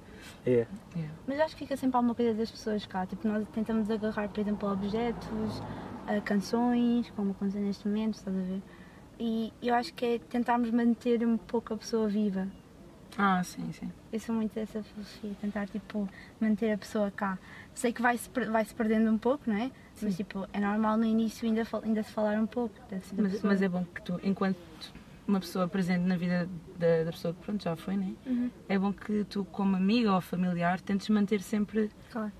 [SPEAKER 2] É.
[SPEAKER 1] Yeah.
[SPEAKER 3] Mas eu acho que fica sempre alguma coisa das pessoas cá. Tipo, nós tentamos agarrar, por exemplo, a objetos, a canções, como acontece neste momento, estás a ver? E eu acho que é tentarmos manter um pouco a pessoa viva.
[SPEAKER 1] Ah, sim, sim.
[SPEAKER 3] Eu sou muito dessa filosofia, tentar, tipo, manter a pessoa cá. Sei que vai-se per- vai-se perdendo um pouco, não é? Mas, tipo, é normal no início ainda, fal- ainda se falar um pouco dessa da
[SPEAKER 1] Mas,
[SPEAKER 3] pessoa.
[SPEAKER 1] mas é bom que tu, enquanto uma pessoa presente na vida da, da pessoa que pronto, já foi, né?
[SPEAKER 3] Uhum.
[SPEAKER 1] É bom que tu, como amiga ou familiar, tentes manter sempre
[SPEAKER 3] Claro.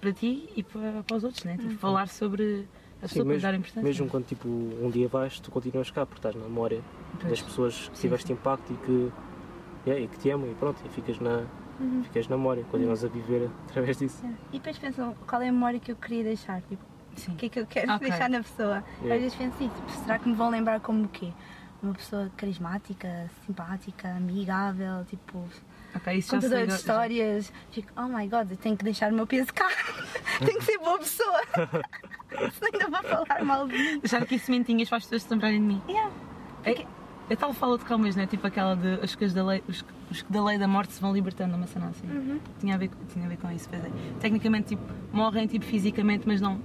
[SPEAKER 1] para ti e para, para os outros, né? Tipo, falar sobre a pessoa para lhe dar importância.
[SPEAKER 2] mesmo quando tipo, um dia vais, tu continuas cá, porque estás na memória
[SPEAKER 1] Pois.
[SPEAKER 2] das pessoas que tiveste impacto e que, é, e que te amam e pronto, e ficas na,
[SPEAKER 1] Uhum.
[SPEAKER 2] ficas na memória, continuas a viver através disso.
[SPEAKER 3] É. E depois pensam qual é a memória que eu queria deixar, tipo,
[SPEAKER 1] Sim.
[SPEAKER 3] O que é que eu quero
[SPEAKER 1] Ok.
[SPEAKER 3] deixar na pessoa?
[SPEAKER 2] Yeah.
[SPEAKER 3] Às vezes penso isso, tipo, será que me vão lembrar como o quê? Uma pessoa carismática, simpática, amigável, tipo,
[SPEAKER 1] Ok, isso já se
[SPEAKER 3] contadora de
[SPEAKER 1] liga-
[SPEAKER 3] histórias. Fico, oh my god, eu tenho que deixar o meu peso cá. tenho que ser boa pessoa. Senão ainda vou falar mal de mim.
[SPEAKER 1] Já que isso mentinhas faz as pessoas se lembrarem de mim.
[SPEAKER 3] Yeah.
[SPEAKER 1] É, é tal fala de calmas, né? Tipo aquela de os que, as da lei, os, que- os que da lei da morte se vão libertando, uma cena assim. Tinha, a ver, com- tinha a ver com isso, pois é. Tecnicamente, tipo, morrem tipo, fisicamente, mas não.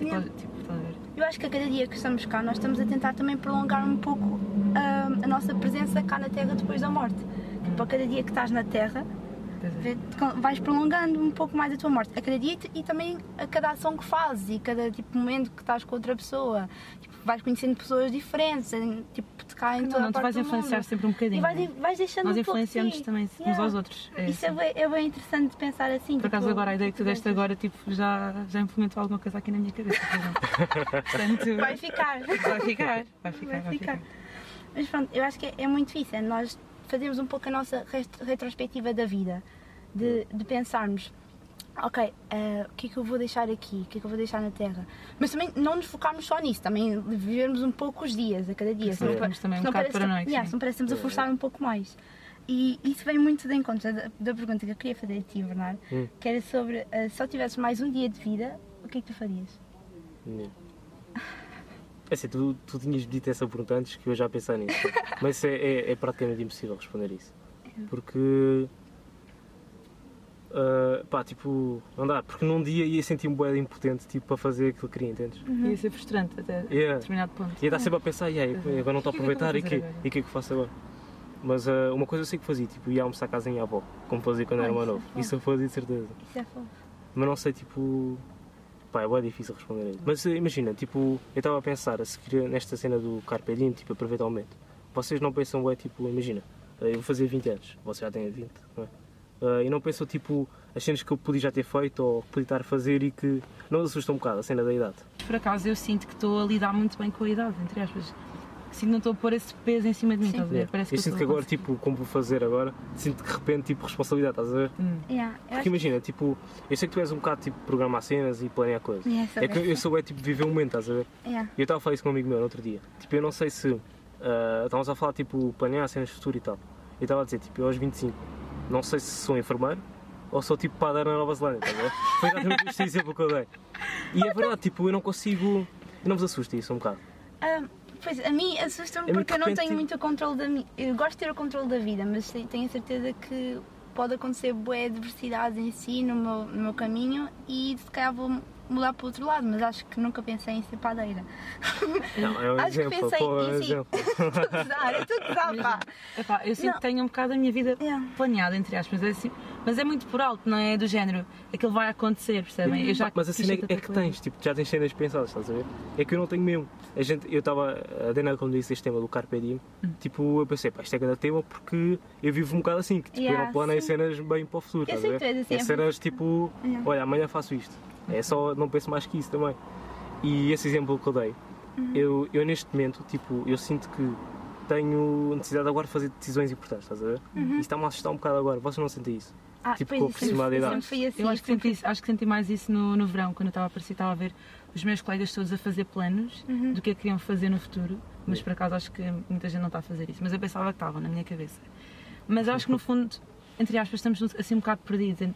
[SPEAKER 3] Yeah.
[SPEAKER 1] Psicologicamente, tipo, estás a ver?
[SPEAKER 3] Eu acho que a cada dia que estamos cá, nós estamos a tentar também prolongar um pouco ah, a nossa presença cá na Terra depois da morte. Tipo, a cada dia que estás na Terra,
[SPEAKER 1] Pois é.
[SPEAKER 3] Vê- vais prolongando um pouco mais a tua morte a cada dia e t- e também a cada ação que fazes e cada tipo momento que estás com outra pessoa tipo, vais conhecendo pessoas diferentes em, tipo de cá em
[SPEAKER 1] Não,
[SPEAKER 3] toda
[SPEAKER 1] não, tu
[SPEAKER 3] a parte
[SPEAKER 1] vais
[SPEAKER 3] do
[SPEAKER 1] influenciar
[SPEAKER 3] mundo.
[SPEAKER 1] sempre um bocadinho.
[SPEAKER 3] E vais,
[SPEAKER 1] não é?
[SPEAKER 3] vais deixando
[SPEAKER 1] Nós
[SPEAKER 3] um pouco de
[SPEAKER 1] influenciamos
[SPEAKER 3] ti.
[SPEAKER 1] também uns
[SPEAKER 3] Yeah.
[SPEAKER 1] aos outros. É
[SPEAKER 3] Isso é
[SPEAKER 1] assim.
[SPEAKER 3] bem, é bem interessante de pensar assim.
[SPEAKER 1] Por acaso,
[SPEAKER 3] tipo,
[SPEAKER 1] agora a ideia que tu deste agora tipo, já, já implementou alguma coisa aqui na minha cabeça. por exemplo. Portanto,
[SPEAKER 3] Vai ficar.
[SPEAKER 1] vai ficar. Vai ficar,
[SPEAKER 3] Vai ficar. Mas pronto, eu acho que é, é muito isso, é nós fazermos um pouco a nossa rest- retrospectiva da vida, de, de pensarmos, ok, eh, o que é que eu vou deixar aqui, o que é que eu vou deixar na Terra, mas também não nos focarmos só nisso, também vivermos um pouco os dias, a cada dia,
[SPEAKER 1] senão ficamos também um
[SPEAKER 3] senão
[SPEAKER 1] bocado
[SPEAKER 3] parece-
[SPEAKER 1] paranoicos,
[SPEAKER 3] yeah,
[SPEAKER 1] sim.
[SPEAKER 3] senão parecemos a forçar um pouco mais. E isso vem muito de encontro da, da pergunta que eu queria fazer a ti, Bernardo,
[SPEAKER 2] Hum.
[SPEAKER 3] que era sobre eh, se só tivesses mais um dia de vida, o que é que tu farias?
[SPEAKER 2] Yeah. Né. É assim, tu, tu tinhas dito essa pergunta antes que eu já pensei nisso. Mas isso é, é- é praticamente impossível responder isso.
[SPEAKER 1] É.
[SPEAKER 2] Porque. ah, pá, tipo, não dá. Porque num dia ia sentir-me boeda impotente tipo, para fazer aquilo que queria, entendes?
[SPEAKER 1] Uhum. Ia ser frustrante até
[SPEAKER 2] Yeah.
[SPEAKER 1] determinado ponto.
[SPEAKER 2] Ia estar sempre a pensar, yeah, e agora não estou a
[SPEAKER 1] O que é que eu vou
[SPEAKER 2] aproveitar e o
[SPEAKER 1] fazer
[SPEAKER 2] que,
[SPEAKER 1] agora?
[SPEAKER 2] e que é que eu faço agora? Mas ah, uma coisa eu sei que fazia, tipo, ia almoçar à casa da minha avó, como fazia quando
[SPEAKER 3] Ah,
[SPEAKER 2] era mais
[SPEAKER 3] isso é
[SPEAKER 2] novo.
[SPEAKER 3] bom.
[SPEAKER 2] Isso eu fazia de certeza.
[SPEAKER 3] Isso é fofo.
[SPEAKER 2] Mas não sei, tipo. Pá, é bué difícil responder a isso. Mas eh, imagina, tipo, eu estava a pensar, se queria nesta cena do Carpe Diem, tipo, aproveitar o momento. Vocês não pensam, ué, tipo, imagina, eh, eu vou fazer 20 anos, vocês já têm 20, não é? Ah, e não pensam, tipo, as cenas que eu podia já ter feito ou que podia estar a fazer e que não assustam um bocado a cena da idade.
[SPEAKER 1] Por acaso, eu sinto que estou a lidar muito bem com a idade, entre aspas. Sinto que não estou a pôr esse peso em cima de mim, estás a ver? Parece
[SPEAKER 2] eu sinto
[SPEAKER 1] estou
[SPEAKER 2] que
[SPEAKER 1] a
[SPEAKER 2] agora,
[SPEAKER 1] conseguir.
[SPEAKER 2] tipo, como vou fazer agora, sinto que de repente, tipo, responsabilidade, estás a ver?
[SPEAKER 1] Hum.
[SPEAKER 3] Yeah, eu acho
[SPEAKER 2] Porque imagina, tipo, eu sei que tu és um bocado, tipo, programar cenas e planear coisas.
[SPEAKER 3] Yeah, sou
[SPEAKER 2] é que
[SPEAKER 3] dessa.
[SPEAKER 2] eu sou, é, tipo, viver o momento, estás a ver?
[SPEAKER 3] que- yeah.
[SPEAKER 2] E eu estava a falar isso com um amigo meu no outro dia. Tipo, eu não sei se. ah, estávamos a falar, tipo, planear cenas do futuro e tal. Eu estava a dizer, tipo, eu aos 25, não sei se sou enfermeiro ou sou tipo padre na Nova Zelândia, estás a ver? Foi exatamente este exemplo que eu dei. E é verdade, tipo, eu não consigo. Não vos assusta isso um bocado.
[SPEAKER 3] Ah, pois, a mim assusta-me
[SPEAKER 2] É
[SPEAKER 3] porque eu não
[SPEAKER 2] muito
[SPEAKER 3] tenho
[SPEAKER 2] repentino.
[SPEAKER 3] muito controle da minha... Eu gosto de ter o controle da vida, mas te- tenho a certeza que pode acontecer bué diversidade em si, no meu, no meu caminho, e se calhar vou mudar para o outro lado, mas acho que nunca pensei em ser padeira.
[SPEAKER 2] Não, é um
[SPEAKER 3] Acho que
[SPEAKER 2] exemplo,
[SPEAKER 3] pensei
[SPEAKER 2] pô, é um
[SPEAKER 3] em si.
[SPEAKER 2] exemplo.
[SPEAKER 3] Estou a usar, eu estou a usar, pá.
[SPEAKER 1] Epá, eu sinto
[SPEAKER 3] Não.
[SPEAKER 1] que tenho um bocado a minha vida
[SPEAKER 3] Yeah.
[SPEAKER 1] planeada, entre aspas. É assim, mas é muito por alto, não é? Do género, aquilo vai acontecer, percebem? Eu já
[SPEAKER 2] Mas a
[SPEAKER 1] fiz
[SPEAKER 2] cena é,
[SPEAKER 1] tanta
[SPEAKER 2] é que
[SPEAKER 1] coisa.
[SPEAKER 2] tens, tipo, já tens cenas pensadas, estás a ver? É que eu não tenho mesmo. A gente, eu estava, a Dana quando disse este tema do Carpe Diem,
[SPEAKER 3] Hum.
[SPEAKER 2] tipo, eu pensei, pá, isto é grande tema porque eu vivo um bocado assim, que tipo, eu
[SPEAKER 3] Yeah,
[SPEAKER 2] não planei
[SPEAKER 3] sim.
[SPEAKER 2] cenas bem para o futuro,
[SPEAKER 3] Eu
[SPEAKER 2] estás
[SPEAKER 3] sei
[SPEAKER 2] a
[SPEAKER 3] que tu
[SPEAKER 2] ver?
[SPEAKER 3] és assim,
[SPEAKER 2] É
[SPEAKER 3] é
[SPEAKER 2] cenas tipo,
[SPEAKER 3] Yeah.
[SPEAKER 2] olha, amanhã faço isto. É só, não penso mais que isso também. E esse exemplo que eu dei,
[SPEAKER 3] Uhum.
[SPEAKER 2] eu, eu neste momento, tipo, eu sinto que tenho necessidade agora de fazer decisões importantes, estás a ver?
[SPEAKER 3] Uhum.
[SPEAKER 2] E está-me a assustar um bocado agora, vocês não sentem isso?
[SPEAKER 3] Ah,
[SPEAKER 2] Tipo,
[SPEAKER 3] pois,
[SPEAKER 2] com
[SPEAKER 3] isso
[SPEAKER 2] aproximada
[SPEAKER 3] sempre-
[SPEAKER 2] idade.
[SPEAKER 3] sempre fui assim,
[SPEAKER 1] eu acho que,
[SPEAKER 3] sempre
[SPEAKER 1] senti, isso- acho que senti mais isso no, no verão, quando eu estava a Paris e estava a ver os meus colegas todos a fazer planos
[SPEAKER 3] Uhum.
[SPEAKER 1] do que é que queriam fazer no futuro, mas por acaso acho que muita gente não está a fazer isso, mas eu pensava que estavam na minha cabeça. Mas eu acho que no fundo, entre aspas, estamos assim um bocado perdidos.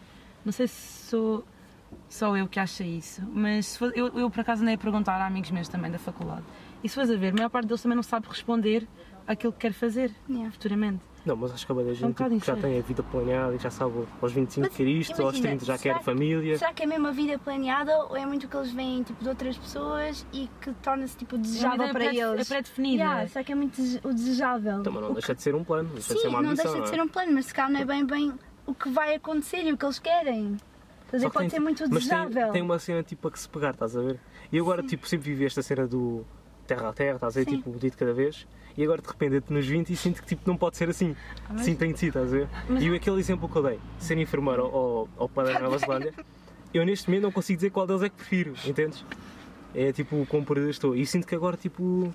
[SPEAKER 1] Não sei se sou só eu que acha isso, mas se for- eu, eu por acaso andei a perguntar a amigos meus também da faculdade, e se fores a ver, a maior parte deles também não sabe responder àquilo que quer fazer
[SPEAKER 3] Yeah.
[SPEAKER 1] futuramente.
[SPEAKER 2] Não, mas acho que a maioria da
[SPEAKER 1] É um
[SPEAKER 2] gente tipo,
[SPEAKER 1] bocado
[SPEAKER 2] que já
[SPEAKER 1] incerto.
[SPEAKER 2] tem a vida planeada e já sabe aos 25
[SPEAKER 3] Mas
[SPEAKER 2] quer isto, aos
[SPEAKER 3] imagina,
[SPEAKER 2] 30 já
[SPEAKER 3] será
[SPEAKER 2] quer
[SPEAKER 3] que-
[SPEAKER 2] família.
[SPEAKER 3] Será que é mesmo a vida planeada ou é muito o que eles veem tipo, de outras pessoas e que torna-se tipo, desejável
[SPEAKER 1] é
[SPEAKER 3] para
[SPEAKER 1] pré-
[SPEAKER 3] eles?
[SPEAKER 1] é pré-definida.
[SPEAKER 3] Yeah, será que é muito dese- o desejável?
[SPEAKER 2] Então, mas
[SPEAKER 3] O
[SPEAKER 2] não deixa de ser um plano, deixa de ser
[SPEAKER 3] Sim,
[SPEAKER 2] uma
[SPEAKER 3] não
[SPEAKER 2] ambição.
[SPEAKER 3] deixa
[SPEAKER 2] é?
[SPEAKER 3] de ser um plano, mas se calhar não é bem bem o que vai acontecer e o que eles querem. Quer dizer,
[SPEAKER 2] Só que tem-
[SPEAKER 3] pode
[SPEAKER 2] tipo,
[SPEAKER 3] ser muito
[SPEAKER 2] mas tem-
[SPEAKER 3] desejável.
[SPEAKER 2] Tem, uma cena tipo a que se pegar, estás a ver? E agora tipo sempre vivi esta cena do terra a terra, estás a ver?
[SPEAKER 3] Sim.
[SPEAKER 2] Tipo, bonito cada vez. E agora de repente entro nos 20 e sinto que tipo não pode ser assim.
[SPEAKER 3] Ah,
[SPEAKER 2] Sim, tem de si, estás a ver? E aquele exemplo que eu dei, ser enfermeiro ou, ou padre na Nova Zelândia, eu neste momento não consigo dizer qual deles é que prefiro, entendes? É tipo como por onde eu estou. E sinto que agora tipo.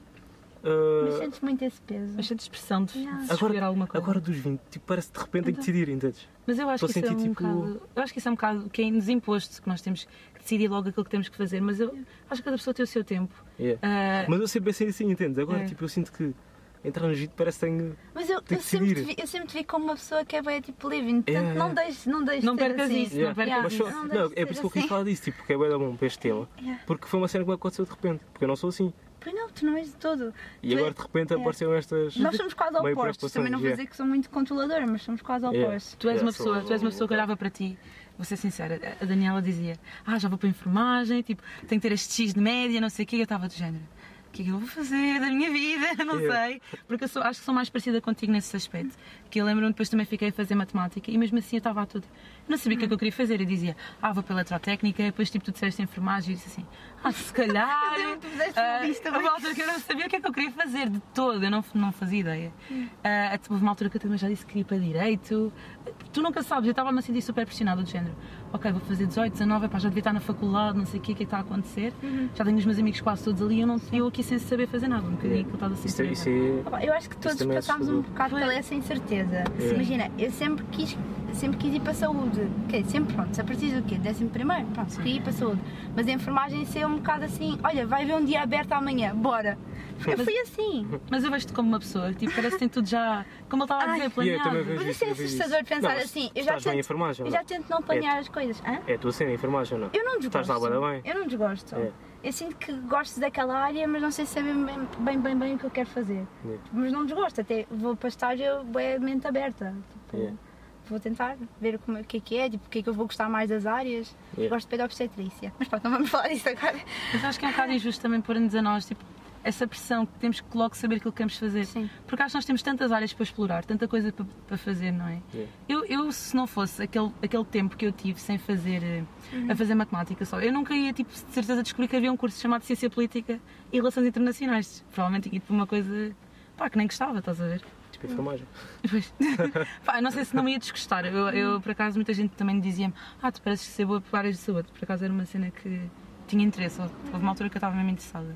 [SPEAKER 2] ah,
[SPEAKER 3] Mas sentes muito esse peso.
[SPEAKER 1] Mas sente expressão de,
[SPEAKER 3] Yeah.
[SPEAKER 1] de se escolher
[SPEAKER 2] agora,
[SPEAKER 1] alguma coisa.
[SPEAKER 2] agora dos 20, tipo, parece que de repente tem
[SPEAKER 3] Então.
[SPEAKER 2] que decidir, entendes?
[SPEAKER 1] Mas eu acho
[SPEAKER 2] Estou
[SPEAKER 1] que isso
[SPEAKER 2] a
[SPEAKER 1] é um
[SPEAKER 2] sentir, tipo-
[SPEAKER 1] bocado. Eu acho que isso é um bocado que é nos imposto que nós temos que decidir logo aquilo que temos que fazer, mas eu acho que cada pessoa tem o seu tempo.
[SPEAKER 2] Yeah.
[SPEAKER 1] Ah,
[SPEAKER 2] Mas eu sempre pensei assim, entendes? Agora,
[SPEAKER 1] É.
[SPEAKER 2] tipo, eu sinto que entrar no Egito parece que tenho.
[SPEAKER 3] Mas eu,
[SPEAKER 2] Tem
[SPEAKER 3] eu
[SPEAKER 2] que
[SPEAKER 3] sempre te
[SPEAKER 2] decidir.
[SPEAKER 3] vi, eu sempre te vi como uma pessoa que é bem tipo living, portanto
[SPEAKER 2] Yeah,
[SPEAKER 3] não
[SPEAKER 2] yeah.
[SPEAKER 3] deixes, não deixes
[SPEAKER 1] Não
[SPEAKER 3] de ser
[SPEAKER 1] percas
[SPEAKER 3] assim.
[SPEAKER 1] isso, não Yeah. percas
[SPEAKER 2] Mas
[SPEAKER 1] isso.
[SPEAKER 2] só-
[SPEAKER 3] Não
[SPEAKER 2] não, é
[SPEAKER 3] deixes de
[SPEAKER 2] por isso
[SPEAKER 3] ser
[SPEAKER 2] que eu quis
[SPEAKER 3] assim.
[SPEAKER 2] falar disso, tipo, porque é bem bom para este tema.
[SPEAKER 3] Yeah.
[SPEAKER 2] Porque foi uma cena que me aconteceu de repente, porque eu não sou assim.
[SPEAKER 3] Pois não, tu não és de todo.
[SPEAKER 2] E
[SPEAKER 3] Tu
[SPEAKER 2] agora
[SPEAKER 3] és-
[SPEAKER 2] de repente
[SPEAKER 3] yeah.
[SPEAKER 2] apareceram estas.
[SPEAKER 3] Nós somos quase
[SPEAKER 2] meio
[SPEAKER 3] opostos. Também não vou
[SPEAKER 2] preocupações,
[SPEAKER 3] dizer que sou muito controladora, mas somos quase
[SPEAKER 2] Yeah.
[SPEAKER 3] opostos.
[SPEAKER 1] Tu és
[SPEAKER 2] Yeah,
[SPEAKER 1] uma
[SPEAKER 2] sou-
[SPEAKER 1] pessoa, tu és uma pessoa que olhava para ti, vou ser sincera, a Daniela dizia, ah, já vou para a enfermagem, tipo, tenho que ter este X de média, não sei o quê, e eu estava do género. "O que é que eu vou fazer da minha vida, não sei. Porque eu sou- acho que sou mais parecida contigo nesse aspecto. Que eu lembro-me depois também fiquei a fazer matemática e mesmo assim eu estava a tudo. Eu não sabia o que é que eu queria fazer. Eu dizia, ah, vou pela eletrotécnica, depois tipo tu disseste enfermagem e eu disse assim, ah, se calhar.
[SPEAKER 3] Eu lembro que tu fizeste uma
[SPEAKER 1] ah,
[SPEAKER 3] lista,
[SPEAKER 1] houve uma altura que eu não sabia o que é que eu queria fazer de todo, eu não, não fazia ideia. Ah, houve uma altura que eu também já disse que queria ir para direito. Tu nunca sabes, eu estava-me a sentir super pressionada do género. Ok, vou fazer 18, 19, epá, já devia estar na faculdade, não sei o que é que está a acontecer.
[SPEAKER 3] Uhum.
[SPEAKER 1] Já tenho os meus amigos quase todos ali, eu, não, eu aqui sem saber fazer nada, um bocadinho
[SPEAKER 3] tá
[SPEAKER 1] que eu estava sem
[SPEAKER 2] Isso, é-
[SPEAKER 1] saber.
[SPEAKER 2] isso é.
[SPEAKER 3] Opa, Eu acho que todos
[SPEAKER 2] também é
[SPEAKER 3] passámos um
[SPEAKER 2] assustador. É.
[SPEAKER 3] bocado pela essa incerteza.
[SPEAKER 2] Sim.
[SPEAKER 3] Imagina, eu sempre quis, sempre quis ir para a saúde. Ok, sempre pronto, a partir do quê? Décimo primeiro, pronto, queria ir para a saúde. Mas a enfermagem ser um bocado assim, olha, vai ver um dia aberto amanhã, bora. Eu
[SPEAKER 1] Mas-
[SPEAKER 3] fui assim.
[SPEAKER 1] Mas eu vejo-te como uma pessoa, tipo, parece que tem tudo já, como ele estava a
[SPEAKER 3] Ai.
[SPEAKER 1] dizer,
[SPEAKER 2] E eu também
[SPEAKER 1] planeado.
[SPEAKER 2] vejo
[SPEAKER 3] Mas isso é
[SPEAKER 2] eu vejo
[SPEAKER 3] assustador pensar
[SPEAKER 2] mas
[SPEAKER 3] assim, eu
[SPEAKER 2] Estás
[SPEAKER 3] já
[SPEAKER 2] bem
[SPEAKER 3] tento-
[SPEAKER 2] em enfermagem,
[SPEAKER 3] Eu
[SPEAKER 2] não?
[SPEAKER 3] já tento não planear as coisas. Hã?
[SPEAKER 2] É a tua cena, enfermagem ou não?
[SPEAKER 3] Eu não
[SPEAKER 2] Estás
[SPEAKER 3] desgosto.
[SPEAKER 2] lá bué da bem.
[SPEAKER 3] Eu não desgosto.
[SPEAKER 2] É.
[SPEAKER 3] Eu sinto que gosto daquela área, mas não sei se é bem, bem, bem, bem o que eu quero fazer.
[SPEAKER 2] É.
[SPEAKER 3] Mas não desgosto, até vou para a estágio bué mente aberta. Tipo,
[SPEAKER 2] É.
[SPEAKER 3] Vou tentar ver como, o que é que é, tipo, o que é que eu vou gostar mais das áreas.
[SPEAKER 2] É.
[SPEAKER 3] Gosto de pedobstetrícia. Mas pronto, não vamos falar disso agora.
[SPEAKER 1] Mas acho que é um bocado injusto também pôr-nos a nós, tipo, essa pressão que temos que logo saber aquilo que queremos fazer.
[SPEAKER 3] Sim.
[SPEAKER 1] Porque acho que nós temos tantas áreas para explorar, tanta coisa para, para fazer, não é?
[SPEAKER 2] Yeah.
[SPEAKER 1] Eu, eu, se não fosse aquele, aquele tempo que eu tive sem fazer, eh, a fazer matemática só, eu nunca ia, tipo, de certeza descobrir que havia um curso chamado Ciência Política e Relações Internacionais. Provavelmente ia ido para uma coisa, pá, que nem gostava, estás a ver?
[SPEAKER 2] Tipo enfermagem.
[SPEAKER 1] Pois. Pá, eu não sei se não me ia desgostar. Eu, eu, por acaso, muita gente também dizia-me: Ah, tu pareces ser boa para áreas de saúde. Por acaso era uma cena que tinha interesse. Houve houve uma altura que eu estava mesmo interessada.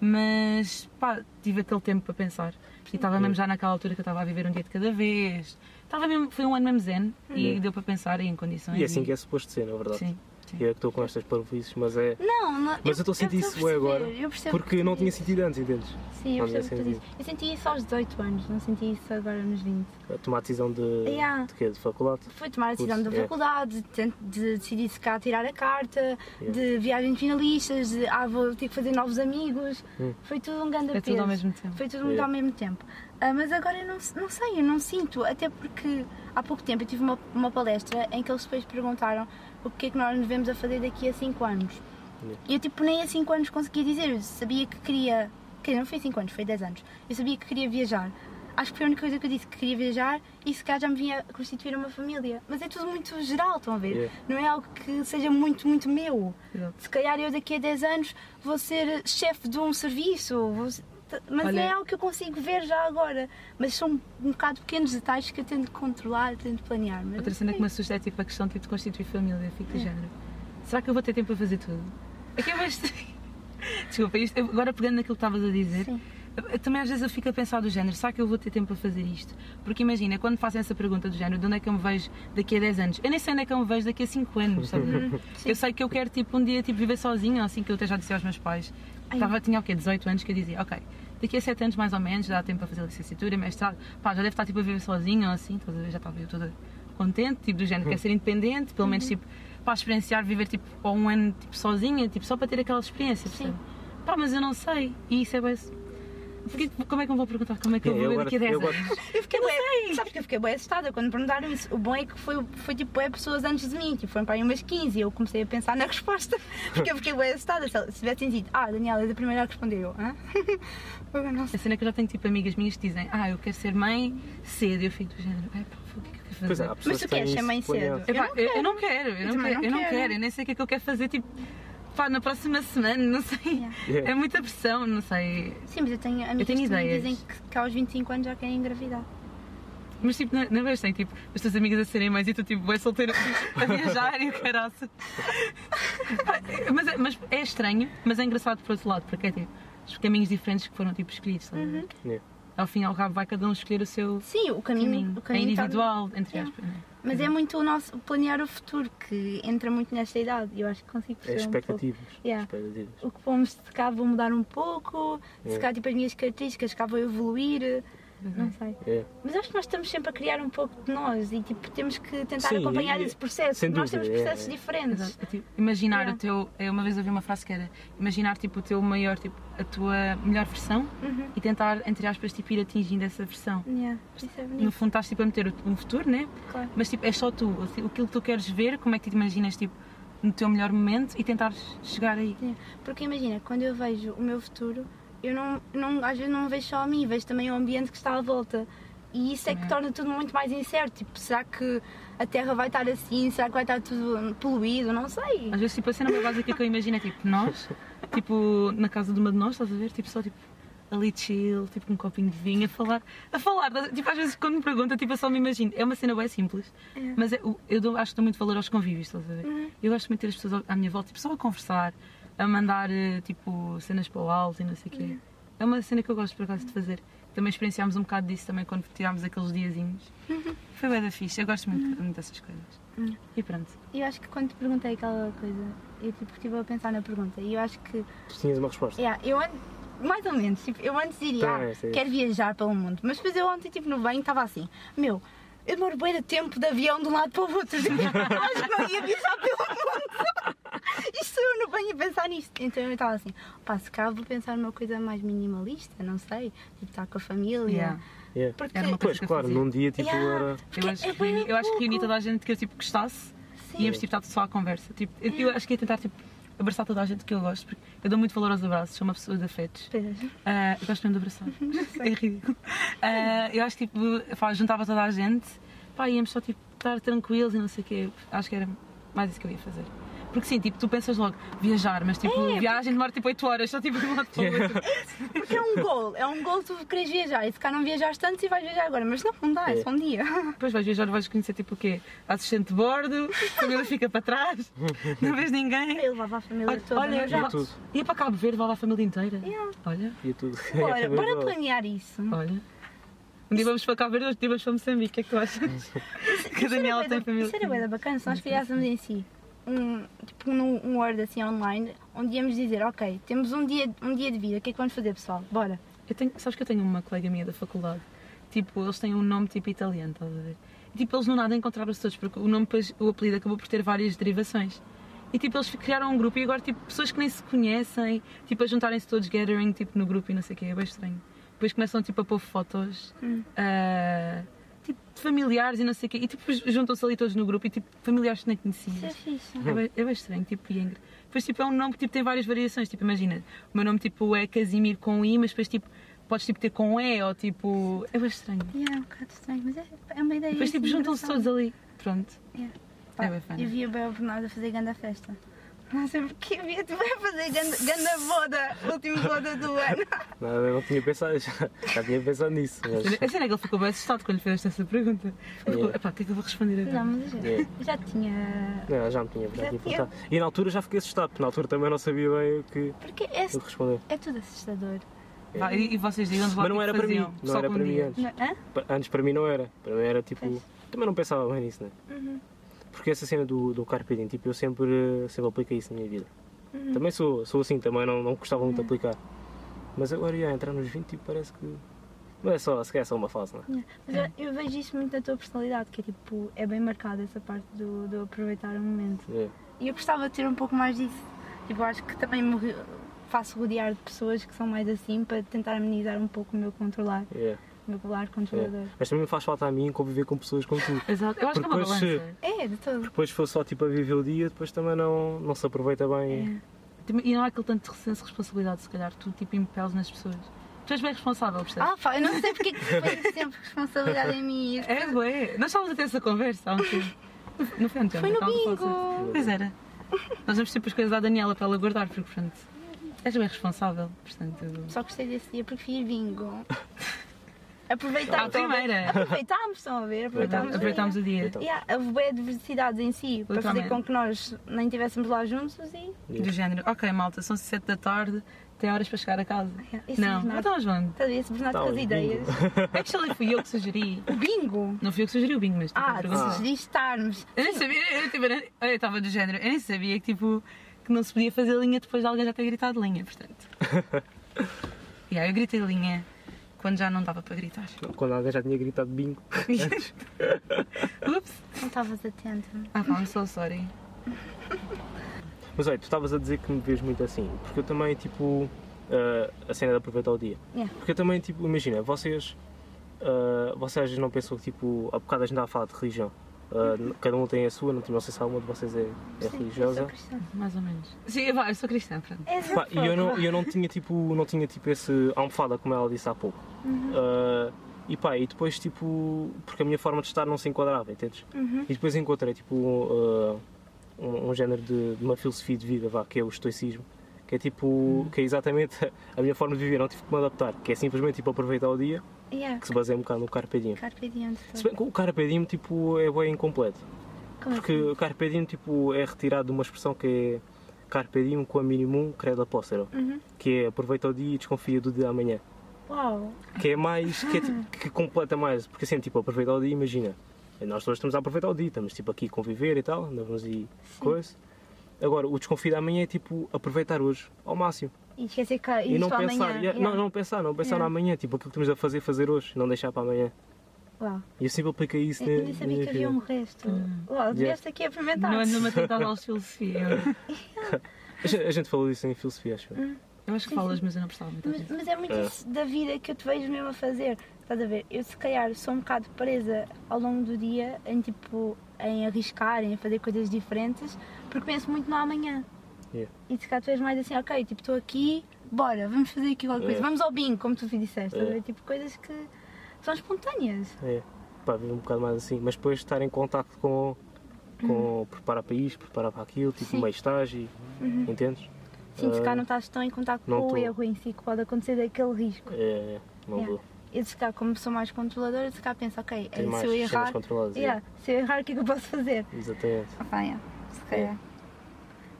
[SPEAKER 1] Mas, pá, tive aquele tempo para pensar. E estava mesmo já naquela altura que eu estava a viver um dia de cada vez. Estava mesmo, foi um ano mesmo zen e deu para pensar e em condições.
[SPEAKER 2] Uhum. E é assim que é suposto ser, na verdade.
[SPEAKER 1] Sim, sim.
[SPEAKER 2] Eu é que estou com estas parvoíces, mas é.
[SPEAKER 3] Não, é não
[SPEAKER 2] Mas eu estou a sentir isso bué
[SPEAKER 3] perceber,
[SPEAKER 2] agora.
[SPEAKER 3] eu percebo o
[SPEAKER 2] Porque
[SPEAKER 3] que
[SPEAKER 2] não
[SPEAKER 3] tu
[SPEAKER 2] tinha
[SPEAKER 3] dizes.
[SPEAKER 2] sentido antes, entendes?
[SPEAKER 3] Sim, eu
[SPEAKER 2] Não tinha
[SPEAKER 3] percebo o que tu dizes. Eu senti isso aos 18 anos, não senti isso agora nos 20.
[SPEAKER 2] A tomar a decisão de.
[SPEAKER 3] Yeah.
[SPEAKER 2] de quê? De faculdade.
[SPEAKER 3] Foi tomar a decisão
[SPEAKER 2] Curso,
[SPEAKER 3] da
[SPEAKER 2] é.
[SPEAKER 3] faculdade, de, de decidir se cá tirar a carta, de viagens finalistas, de ah, vou ter que fazer novos amigos.
[SPEAKER 2] Hum.
[SPEAKER 3] Foi tudo um grande
[SPEAKER 1] É tudo ao
[SPEAKER 3] peso.
[SPEAKER 1] mesmo tempo.
[SPEAKER 3] Foi tudo muito
[SPEAKER 2] É.
[SPEAKER 3] ao mesmo tempo. Ah, mas agora eu não, não sei, eu não sinto, até porque há pouco tempo eu tive uma, uma palestra em que eles depois perguntaram o que é que nós nos vemos a fazer daqui a 5 anos. E eu tipo nem há 5 anos conseguia dizer, eu sabia que queria, quer dizer, não foi 5 anos, foi 10 anos, eu sabia que queria viajar. Acho que foi a única coisa que eu disse que queria viajar e se calhar já me vinha constituir uma família. Mas é tudo muito geral, estão a ver?
[SPEAKER 2] Yeah.
[SPEAKER 3] Não é algo que seja muito, muito meu.
[SPEAKER 1] Exato.
[SPEAKER 3] Se calhar eu daqui a 10 anos vou ser chefe de um serviço, vou ser- mas
[SPEAKER 1] Olha-
[SPEAKER 3] é algo que eu consigo ver já agora. Mas são um bocado pequenos detalhes que eu tento controlar, tento planear. Mas É.
[SPEAKER 1] Outra cena que me assusta é tipo a questão tipo, de constituir família. Eu fico do género. Será que eu vou ter tempo para fazer tudo? É que eu vejo. Desculpa, isto, eu- agora pegando naquilo que estavas a dizer,
[SPEAKER 3] Sim.
[SPEAKER 1] eu- eu também às vezes eu fico a pensar do género, será que eu vou ter tempo para fazer isto? Porque imagina, quando fazem essa pergunta do género, de onde é que eu me vejo daqui a 10 anos? Eu nem sei onde é que eu me vejo daqui a 5 anos, sabe?
[SPEAKER 3] Uhum.
[SPEAKER 1] eu sei que eu quero tipo um dia tipo, viver sozinha, assim que eu até já disse aos meus pais. Estava, tinha o quê? 18 anos que eu dizia, ok, daqui a 7 anos mais ou menos, dá tempo para fazer licenciatura, mestrado, pá, já deve estar tipo a viver sozinha ou assim, estás a ver? Já estava eu toda contente, tipo do
[SPEAKER 2] Hum.
[SPEAKER 1] género, quer ser independente, pelo menos tipo para experienciar viver tipo ou um ano tipo sozinha, tipo só para ter aquela experiência, percebe? Pá, mas eu não sei, e isso é bem. Porque, como é que eu vou perguntar como é que eu
[SPEAKER 2] Yeah,
[SPEAKER 1] vou ver daqui a 10
[SPEAKER 2] eu
[SPEAKER 1] anos?
[SPEAKER 2] agora-
[SPEAKER 3] Eu fiquei bem, sabes que eu fiquei bem assustada quando perguntaram isso. O bom é que foi, foi tipo bem pessoas antes de mim, tipo, foram para aí umas 15 e eu comecei a pensar na resposta, porque eu fiquei bem assustada. Se se tivessem dito, ah, Daniela, és a primeira a responder eu, hã? Eu não
[SPEAKER 1] A
[SPEAKER 3] sei.
[SPEAKER 1] cena é que eu já tenho tipo amigas minhas que dizem, ah, eu quero ser mãe cedo, e eu fico do género, ai pá, o que é que eu quero fazer?
[SPEAKER 2] Pois é, há pessoas
[SPEAKER 3] tu
[SPEAKER 2] que têm
[SPEAKER 3] queres ser
[SPEAKER 2] isso É
[SPEAKER 3] mãe
[SPEAKER 2] planeado.
[SPEAKER 3] cedo?
[SPEAKER 1] Epá, eu, eu não quero, eu, não
[SPEAKER 3] também
[SPEAKER 1] quero,
[SPEAKER 3] não
[SPEAKER 1] eu não
[SPEAKER 3] quero.
[SPEAKER 1] quero, eu nem sei o que é que eu quero fazer, tipo, pá, na próxima semana, não sei.
[SPEAKER 2] Yeah.
[SPEAKER 1] É muita pressão, não sei.
[SPEAKER 3] Sim, mas eu tenho amigas
[SPEAKER 1] tenho
[SPEAKER 3] que também
[SPEAKER 1] ideias.
[SPEAKER 3] dizem que, que aos 25 anos já querem engravidar.
[SPEAKER 1] Mas tipo, na, na vez tem tipo, as tuas amigas a serem mães e tu tipo, vai solteira tipo, a viajar e o caraça. mas, é, mas é estranho, mas é engraçado por outro lado, porque é tipo, os caminhos diferentes que foram tipo escolhidos, sabe?
[SPEAKER 2] Yeah.
[SPEAKER 1] Ao fim e ao cabo vai cada um escolher o seu
[SPEAKER 3] Sim, o caminho,
[SPEAKER 1] caminho.
[SPEAKER 3] O caminho
[SPEAKER 1] é
[SPEAKER 3] tá-
[SPEAKER 1] individual, entre
[SPEAKER 3] Yeah.
[SPEAKER 1] aspas. né?
[SPEAKER 3] Mas é muito o nosso planear o futuro que entra muito nesta idade. Eu acho que consigo
[SPEAKER 2] É
[SPEAKER 3] perceber. um pouco.
[SPEAKER 2] expectativas.
[SPEAKER 3] Yeah.
[SPEAKER 2] Expectativas.
[SPEAKER 3] o que vamos se cá vou mudar um pouco, se
[SPEAKER 2] É.
[SPEAKER 3] cá tipo as minhas características, se cá vou evoluir, não sei.
[SPEAKER 2] É.
[SPEAKER 3] Mas acho que nós estamos sempre a criar um pouco de nós e tipo temos que tentar
[SPEAKER 2] Sim,
[SPEAKER 3] acompanhar
[SPEAKER 2] e-
[SPEAKER 3] esse processo.
[SPEAKER 2] sem
[SPEAKER 3] nós
[SPEAKER 2] dúvida,
[SPEAKER 3] temos processos
[SPEAKER 2] é, é.
[SPEAKER 3] diferentes.
[SPEAKER 1] Exato. É, tipo, imaginar
[SPEAKER 3] Yeah.
[SPEAKER 1] o teu. Eu uma vez ouvi uma frase que era imaginar tipo, o teu maior, tipo, a tua melhor versão
[SPEAKER 3] Uhum.
[SPEAKER 1] e tentar, entre aspas, tipo, ir atingindo essa versão.
[SPEAKER 3] Yeah, isso é
[SPEAKER 1] No
[SPEAKER 3] bonito,
[SPEAKER 1] fundo estás tipo, a meter um futuro, né?
[SPEAKER 3] claro.
[SPEAKER 1] Mas tipo, é só tu, assim, aquilo que tu queres ver, como é que te imaginas tipo, no teu melhor momento e tentar chegar aí.
[SPEAKER 3] Yeah. Porque imagina, quando eu vejo o meu futuro, eu não, não, às vezes não vejo só a mim, vejo também o ambiente que está à volta. E isso é que
[SPEAKER 1] Também.
[SPEAKER 3] torna tudo muito mais incerto. Tipo, será que a terra vai estar assim? Será que vai estar tudo poluído? Não sei.
[SPEAKER 1] Às vezes, tipo, a cena mais básica que eu imagino é tipo nós, tipo, na casa de uma de nós, estás a ver? Tipo, só tipo. Ali chill, tipo com um copinho de vinho, a falar. A falar, estás a- tipo, às vezes quando me pergunta, tipo, eu só me imagino. É uma cena bem simples, mas é- eu, eu dou- acho que dou muito valor aos convívios, estás a ver? Eu gosto muito de ter as pessoas ao- à minha volta, tipo, só a conversar, a mandar, eh, tipo, cenas para o alto e não sei o quê. É uma cena que eu gosto, por acaso, de fazer. Também experienciámos um bocado disso também quando tirámos aqueles diazinhos. Foi bem da fixe, eu gosto muito, muito dessas coisas. E pronto.
[SPEAKER 3] Eu acho que quando te perguntei aquela coisa, eu tipo, estive a pensar na pergunta e eu acho que
[SPEAKER 2] Tu tinhas uma resposta.
[SPEAKER 3] Yeah, eu an- mais ou menos, tipo, eu antes diria,
[SPEAKER 2] Tá,
[SPEAKER 3] ah,
[SPEAKER 2] sim.
[SPEAKER 3] quero viajar pelo mundo, mas depois eu ontem, tipo, no banho estava assim, meu, eu demoro bem de tempo de avião de um lado para o outro, eu acho que não ia viajar pelo mundo. Isto sou eu no banho a pensar nisto. Então eu estava assim, pá, se cá vou pensar numa coisa mais minimalista, não sei, tipo, estar com a família.
[SPEAKER 1] Yeah.
[SPEAKER 2] Yeah.
[SPEAKER 3] Porque,
[SPEAKER 1] Era uma
[SPEAKER 2] É. Pois,
[SPEAKER 1] que eu
[SPEAKER 2] claro,
[SPEAKER 1] fazia.
[SPEAKER 2] num dia tipo
[SPEAKER 3] Yeah,
[SPEAKER 2] era.
[SPEAKER 3] porque
[SPEAKER 1] Eu acho,
[SPEAKER 3] é
[SPEAKER 1] que,
[SPEAKER 3] bué
[SPEAKER 1] reuni- eu acho que reuni
[SPEAKER 3] pouco.
[SPEAKER 1] toda a gente que eu tipo, gostasse
[SPEAKER 3] Sim.
[SPEAKER 1] e íamos tipo, estar só à conversa. Tipo, eu, eu acho que ia tentar tipo, abraçar toda a gente que eu gosto, porque eu dou muito valor aos abraços, sou uma pessoa de afetos.
[SPEAKER 3] Pois.
[SPEAKER 1] Ah, eu gosto mesmo de abraçar.
[SPEAKER 3] Uhum.
[SPEAKER 1] é ridículo. Ah, eu acho que tipo, pá, juntava toda a gente, pá, íamos só tipo, estar tranquilos e não sei o quê. Acho que era mais isso que eu ia fazer. Porque sim, tipo, tu pensas logo, viajar, mas
[SPEAKER 3] É,
[SPEAKER 1] tipo, viagem demora tipo 8 horas, só tipo de um lado para o outro.
[SPEAKER 3] Porque é um gol, é um gol tu queres viajar, e se cá não viajares tanto, e vais viajar agora, mas não, não dá, é só um dia.
[SPEAKER 1] Depois vais viajar, vais conhecer tipo o quê? Assistente de bordo, a família fica para trás, não vês ninguém.
[SPEAKER 3] Eu levava a família toda,
[SPEAKER 1] olha,
[SPEAKER 3] não já.
[SPEAKER 1] vá-
[SPEAKER 2] tudo.
[SPEAKER 1] ia para Cabo Verde, levava a família inteira.
[SPEAKER 3] Yeah. Uhum.
[SPEAKER 1] Olha,
[SPEAKER 2] E tudo.
[SPEAKER 3] Bora, bora planear isso.
[SPEAKER 1] olha. Um dia vamos para Cabo Verde, outro dia vamos para Moçambique, o que é que tu achas? que a
[SPEAKER 3] Isso era
[SPEAKER 1] Daniela
[SPEAKER 3] bué da-
[SPEAKER 1] tem família.
[SPEAKER 3] Isso era bué da bacana se nós criássemos em si um, tipo, um, um Word assim online onde íamos dizer, ok, temos um dia, um dia de vida, o que é que vamos fazer pessoal? Bora.
[SPEAKER 1] Eu tenho, sabes que eu tenho uma colega minha da faculdade, tipo, eles têm um nome tipo italiano, estás a ver? E, tipo, eles no nada encontraram-se todos, porque o nome, depois, o apelido acabou por ter várias derivações. E tipo, eles criaram um grupo e agora, tipo, pessoas que nem se conhecem, tipo, a juntarem-se todos gathering, tipo, no grupo e não sei o quê, é bem estranho. Depois começam, tipo, a pôr fotos,
[SPEAKER 3] Hum.
[SPEAKER 1] ah, tipo, de familiares e não sei o quê, e tipo, juntam-se ali todos no grupo e tipo, familiares que nem
[SPEAKER 3] Isso é
[SPEAKER 1] conhecias.
[SPEAKER 3] fixe.
[SPEAKER 1] É bem, é bem estranho, tipo, e é engra- Depois, tipo, é um nome que tipo, tem várias variações. Tipo, imagina, o meu nome tipo, é Casimiro com I, mas depois, tipo, podes tipo, ter com E ou tipo. É bem estranho.
[SPEAKER 3] Yeah, é um bocado estranho, mas é, é uma ideia.
[SPEAKER 1] Depois, tipo,
[SPEAKER 3] assim,
[SPEAKER 1] juntam-se todos
[SPEAKER 3] engraçada.
[SPEAKER 1] ali. Pronto.
[SPEAKER 3] Yeah.
[SPEAKER 1] É bem
[SPEAKER 3] Pá,
[SPEAKER 1] fun.
[SPEAKER 3] Eu via bem o Bernardo a fazer ganda festa. Não sei porque eu via-te bem a fazer ganda, ganda boda, último boda do ano.
[SPEAKER 2] Nada, eu não tinha pensado, já, já tinha pensado nisso.
[SPEAKER 1] A cena-
[SPEAKER 2] Mas,
[SPEAKER 1] A cena é que ele ficou bem assustado quando lhe fizeste essa pergunta. Ele ficou,
[SPEAKER 2] Yeah.
[SPEAKER 1] "Epá, o que é que eu vou responder agora?
[SPEAKER 3] Não, mas eu já,
[SPEAKER 2] Yeah.
[SPEAKER 3] já tinha.
[SPEAKER 2] é. não, já me tinha, já
[SPEAKER 3] Já
[SPEAKER 2] tinha
[SPEAKER 3] tinha.
[SPEAKER 2] pensado. E na altura já fiquei assustado, porque na altura também não sabia bem o que,
[SPEAKER 3] Porque é,
[SPEAKER 2] o que responder.
[SPEAKER 3] é tudo assustador.
[SPEAKER 1] Vá, e, e vocês digam-nos lá o
[SPEAKER 2] Mas
[SPEAKER 1] que
[SPEAKER 2] não
[SPEAKER 1] é
[SPEAKER 2] era
[SPEAKER 1] que
[SPEAKER 2] para mim,
[SPEAKER 1] faziam,
[SPEAKER 2] não
[SPEAKER 1] só
[SPEAKER 2] era
[SPEAKER 1] com
[SPEAKER 2] para
[SPEAKER 1] um
[SPEAKER 2] mim
[SPEAKER 1] dia.
[SPEAKER 2] antes.
[SPEAKER 3] Não, hã?
[SPEAKER 2] Pa- Antes para mim não era. Para mim era tipo.
[SPEAKER 3] Pois.
[SPEAKER 2] Também não pensava bem nisso, né? Porque essa cena do, do Carpe Diem, tipo, eu sempre, sempre apliquei isso na minha vida. Também sou, sou assim, também não, não gostava muito de aplicar. Mas agora ia entrar nos 20 e parece que. Mas é só, se calhar é só uma fase, né?
[SPEAKER 3] Yeah, Mas eu, eu vejo isso muito na tua personalidade, que é tipo, é bem marcada essa parte do, do aproveitar o momento.
[SPEAKER 2] é?
[SPEAKER 3] E eu gostava de ter um pouco mais disso. Tipo, eu acho que também me re- faço rodear de pessoas que são mais assim para tentar amenizar um pouco o meu controlar,
[SPEAKER 2] É, é.
[SPEAKER 3] o meu colar controlador.
[SPEAKER 2] Mas também faz falta a mim conviver com pessoas como tu.
[SPEAKER 1] Exato, eu acho que é uma
[SPEAKER 2] Porque se-
[SPEAKER 1] balança.
[SPEAKER 3] É, de todo.
[SPEAKER 2] Depois se for só tipo a viver o dia, depois também não, não se aproveita bem.
[SPEAKER 1] Também- Tipo, E não há aquele tanto senso de responsabilidade, se calhar, tu tipo impeles nas pessoas. Tu és bem responsável, percebes?
[SPEAKER 3] Ah, pá, eu não sei porque é que foi sempre responsabilidade em mim.
[SPEAKER 1] É, bué. Nós estávamos a ter essa conversa há um tempo. No fim,
[SPEAKER 3] Foi no bingo!
[SPEAKER 1] Pois era. Nós vamos sempre as coisas à Daniela para ela guardar, porque, portanto, és bem responsável. Portanto,
[SPEAKER 3] Só gostei desse dia porque fui bingo. Aproveitar
[SPEAKER 1] À primeira.
[SPEAKER 3] Ah, Aproveitámos, estão a ver? Aproveitámos. o dia.
[SPEAKER 1] aproveitámos o dia.
[SPEAKER 2] Então.
[SPEAKER 3] Yeah, houve bué diversidades em si, para fazer
[SPEAKER 1] Literalmente.
[SPEAKER 3] com que nós nem estivéssemos lá juntos e.
[SPEAKER 1] Do género, ok, malta, são 7 da tarde, tem horas para chegar a casa.
[SPEAKER 3] Esse
[SPEAKER 1] Não,
[SPEAKER 3] Bernardo,
[SPEAKER 1] então, João,
[SPEAKER 3] Estás a ver esse Bernardo
[SPEAKER 2] Tá,
[SPEAKER 3] com as
[SPEAKER 2] o
[SPEAKER 3] ideias?
[SPEAKER 1] actually fui eu que sugeri.
[SPEAKER 3] O bingo!
[SPEAKER 1] Não fui eu que sugeri o bingo, mas tipo,
[SPEAKER 3] Ah,
[SPEAKER 1] a pergunta-
[SPEAKER 3] de se estarmos.
[SPEAKER 1] Eu nem sabia, eu, tipo, era- eu estava do género, eu nem sabia que tipo que não se podia fazer linha depois de alguém já ter gritado linha, portanto. E aí eu gritei linha quando já não dava para gritar.
[SPEAKER 2] Quando alguém já tinha gritado bingo.
[SPEAKER 1] Ups!
[SPEAKER 3] Não estavas atenta.
[SPEAKER 2] É
[SPEAKER 1] Ah, pá, I'm so sorry.
[SPEAKER 2] Mas olha, tu estavas a dizer que me vês muito assim, porque eu também, tipo, ah, a cena de aproveitar o dia.
[SPEAKER 3] Yeah.
[SPEAKER 2] Porque eu também, eh, tipo, imagina, vocês, ah, vocês às vezes não pensam que, tipo, há bocado a gente estava a falar de religião. Uh, cada um tem a sua, não, não sei se alguma de vocês é, é
[SPEAKER 3] Sim,
[SPEAKER 2] religiosa.
[SPEAKER 3] Eu sou cristã.
[SPEAKER 1] Mais ou menos. Sim, vá, eu sou cristã, pronto.
[SPEAKER 3] És
[SPEAKER 2] Pá, e eu não, eu não tinha tipo, não tinha tipo esse almofada como ela disse há pouco. Ah, e pá, e depois tipo, porque a minha forma de estar não se enquadrava, entendes?
[SPEAKER 3] Uhum.
[SPEAKER 2] E depois encontrei tipo um, ah, um, um género de, de uma filosofia de vida, vá, que é o estoicismo, que é tipo, que é exatamente a- a minha forma de viver, não tive que me adaptar, que é simplesmente tipo aproveitar o dia,
[SPEAKER 3] Yeah.
[SPEAKER 2] que se baseia um bocado no carpe diem.
[SPEAKER 3] Carpe diem. doutor.
[SPEAKER 2] Se bem que o carpe diem tipo é bem incompleto,
[SPEAKER 3] Como assim?
[SPEAKER 2] porque o carpe diem tipo é retirado de uma expressão que é carpe diem com a minimum credo apóstolo
[SPEAKER 3] assim? Uhum.
[SPEAKER 2] que é aproveita o dia e desconfia do dia de amanhã.
[SPEAKER 3] Uau.
[SPEAKER 2] Que é mais, que, é, tipo, que completa mais, porque assim, tipo, aproveita o dia, imagina, nós todos estamos a aproveitar o dia, estamos tipo aqui a conviver e tal, andamos e coisa. Agora, o desconfio da manhã é tipo aproveitar hoje ao máximo
[SPEAKER 3] E esquecer que há-
[SPEAKER 2] e não
[SPEAKER 3] isto amanhã.
[SPEAKER 2] pensar, yeah, não,
[SPEAKER 3] yeah.
[SPEAKER 2] não pensar, não pensar
[SPEAKER 3] Yeah.
[SPEAKER 2] na manhã, tipo aquilo que temos a fazer, fazer hoje, não deixar para amanhã.
[SPEAKER 3] Uau.
[SPEAKER 2] E eu sempre apliquei isso
[SPEAKER 3] Eu
[SPEAKER 2] na-
[SPEAKER 3] nem
[SPEAKER 2] na
[SPEAKER 3] sabia
[SPEAKER 2] minha
[SPEAKER 3] que havia um
[SPEAKER 2] vida.
[SPEAKER 3] resto. Uau, vieste aqui a experimentar.
[SPEAKER 1] Hum. Não ando numa tentada aos filosofia. Eu-
[SPEAKER 2] A gente, a gente falou disso em filosofia, acho. eu.
[SPEAKER 3] Hum.
[SPEAKER 1] Eu acho que falas, mas eu não prestava muita
[SPEAKER 3] Mas,
[SPEAKER 1] atenção.
[SPEAKER 3] mas é muito
[SPEAKER 2] É.
[SPEAKER 3] isso da vida que eu te vejo mesmo a fazer. Estás a ver? Eu se calhar sou um bocado presa ao longo do dia em tipo em arriscar, em fazer coisas diferentes, porque penso muito no amanhã.
[SPEAKER 2] Yeah.
[SPEAKER 3] E se calhar tu és mais assim, ok, tipo, estou aqui, bora, vamos fazer aqui qualquer coisa,
[SPEAKER 2] É.
[SPEAKER 3] vamos ao bingo, como tu disseste, estás a
[SPEAKER 2] É.
[SPEAKER 3] ver? Tipo, coisas que são espontâneas.
[SPEAKER 2] É, pá, vivo um bocado mais assim, mas depois estar em contacto com, com preparar para isto, preparar para aquilo, tipo
[SPEAKER 3] Hum. Sim. Uhum.
[SPEAKER 2] meio estágio, entendes?
[SPEAKER 3] Sim, se
[SPEAKER 2] Ah.
[SPEAKER 3] calhar não estás tão em contato com
[SPEAKER 2] Não tô.
[SPEAKER 3] o erro em si que pode acontecer daquele risco.
[SPEAKER 2] É, não
[SPEAKER 3] Yeah.
[SPEAKER 2] vou.
[SPEAKER 3] E se calhar, como sou mais controladora, se calhar penso, ok,
[SPEAKER 2] Tem É mais
[SPEAKER 3] se eu
[SPEAKER 2] cenas
[SPEAKER 3] errar,
[SPEAKER 2] controladas.
[SPEAKER 3] yeah, se eu errar, o que é que eu posso fazer?
[SPEAKER 2] é. Exatamente.
[SPEAKER 3] Ah, pá, é. Se calhar.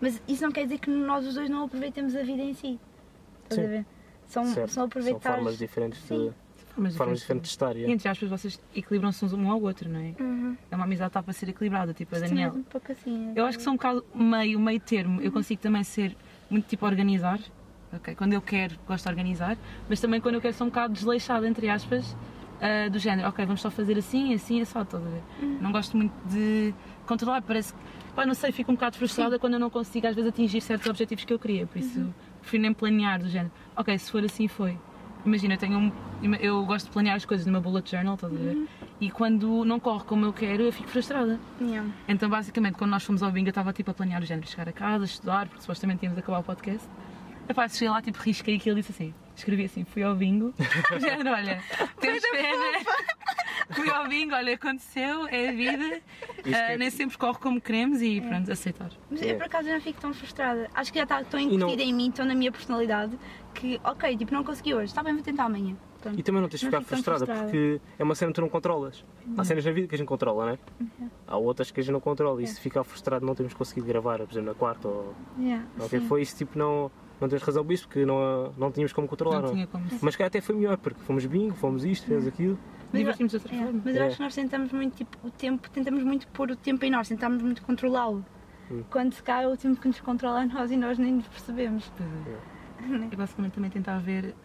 [SPEAKER 3] Mas isso não quer dizer que nós os dois não aproveitemos a vida em si.
[SPEAKER 2] Sim.
[SPEAKER 3] Estás a ver? São,
[SPEAKER 2] Certo.
[SPEAKER 3] são aproveitar.
[SPEAKER 2] São formas diferentes de,
[SPEAKER 3] Sim.
[SPEAKER 1] Mas
[SPEAKER 2] formas diferentes de estar.
[SPEAKER 1] E
[SPEAKER 2] Yeah.
[SPEAKER 1] entre aspas, vocês equilibram-se uns um ao outro, não é?
[SPEAKER 3] Uhum.
[SPEAKER 1] É uma amizade que está para ser equilibrada, tipo a
[SPEAKER 3] Isto
[SPEAKER 1] Daniela.
[SPEAKER 3] mesmo, Um pouco assim.
[SPEAKER 1] Eu acho que sou um bocado meio, meio termo. Eu consigo também ser muito tipo organizar. ok? Quando eu quero, gosto de organizar, mas também quando eu quero sou um bocado desleixada, entre aspas, ah, do género, ok, vamos só fazer assim, assim, assim, estás a ver? Não gosto muito de controlar, parece que, pá, não sei, fico um bocado frustrada quando eu não consigo às vezes atingir certos objetivos que eu queria, por isso prefiro nem planear, do género, ok, se for assim, foi. Imagina, eu, tenho um- eu gosto de planear as coisas numa bullet journal, estás a ver? E quando não corre como eu quero, eu fico frustrada.
[SPEAKER 3] Yeah.
[SPEAKER 1] Então, basicamente, quando nós fomos ao bingo, eu estava tipo a planear o género, chegar a casa, estudar, porque supostamente íamos acabar o podcast. Epá, cheguei lá, tipo, risquei aquilo e disse assim: escrevi assim, fui ao bingo. O género, olha, temos pena. Fui ao bingo, olha, aconteceu, é a vida. ah,
[SPEAKER 2] que-
[SPEAKER 1] Nem sempre corre como queremos e pronto, aceitar.
[SPEAKER 3] Mas
[SPEAKER 2] É.
[SPEAKER 3] eu por acaso não fico tão frustrada. Acho que já está tão
[SPEAKER 2] não-
[SPEAKER 3] incutida em mim, tão na minha personalidade, que ok, tipo, não consegui hoje, está bem, vou tentar amanhã. Pronto.
[SPEAKER 2] E também não tens de
[SPEAKER 3] Não Uhum.
[SPEAKER 2] ficar
[SPEAKER 3] fico tão
[SPEAKER 2] frustrada,
[SPEAKER 3] frustrada.
[SPEAKER 2] porque é uma cena que tu não controlas. Há cenas na vida que a gente controla, né?
[SPEAKER 3] Uhum.
[SPEAKER 2] Há outras que a gente não controla. E
[SPEAKER 3] É.
[SPEAKER 2] se ficar frustrado não temos conseguido gravar, por exemplo, na quarta ou
[SPEAKER 3] Yeah,
[SPEAKER 2] ou o que
[SPEAKER 3] sim.
[SPEAKER 2] foi, isso tipo não, não tens razão por isso, porque não, não tínhamos como controlar.
[SPEAKER 1] Não
[SPEAKER 2] não é?
[SPEAKER 1] tinha como.
[SPEAKER 2] Mas cá até foi melhor, porque fomos bingo, fomos isto,
[SPEAKER 3] Uhum.
[SPEAKER 2] fizemos aquilo.
[SPEAKER 1] Divertimos de outra
[SPEAKER 3] Yeah,
[SPEAKER 1] forma.
[SPEAKER 3] Mas eu
[SPEAKER 2] É.
[SPEAKER 3] acho que nós tentamos muito tipo, o tempo, tentamos muito pôr o tempo em nós, tentamos muito controlá-lo.
[SPEAKER 2] Hum.
[SPEAKER 3] Quando se cai é o tempo que nos controla a nós e nós nem nos percebemos.
[SPEAKER 1] Eu basicamente também tentar ver,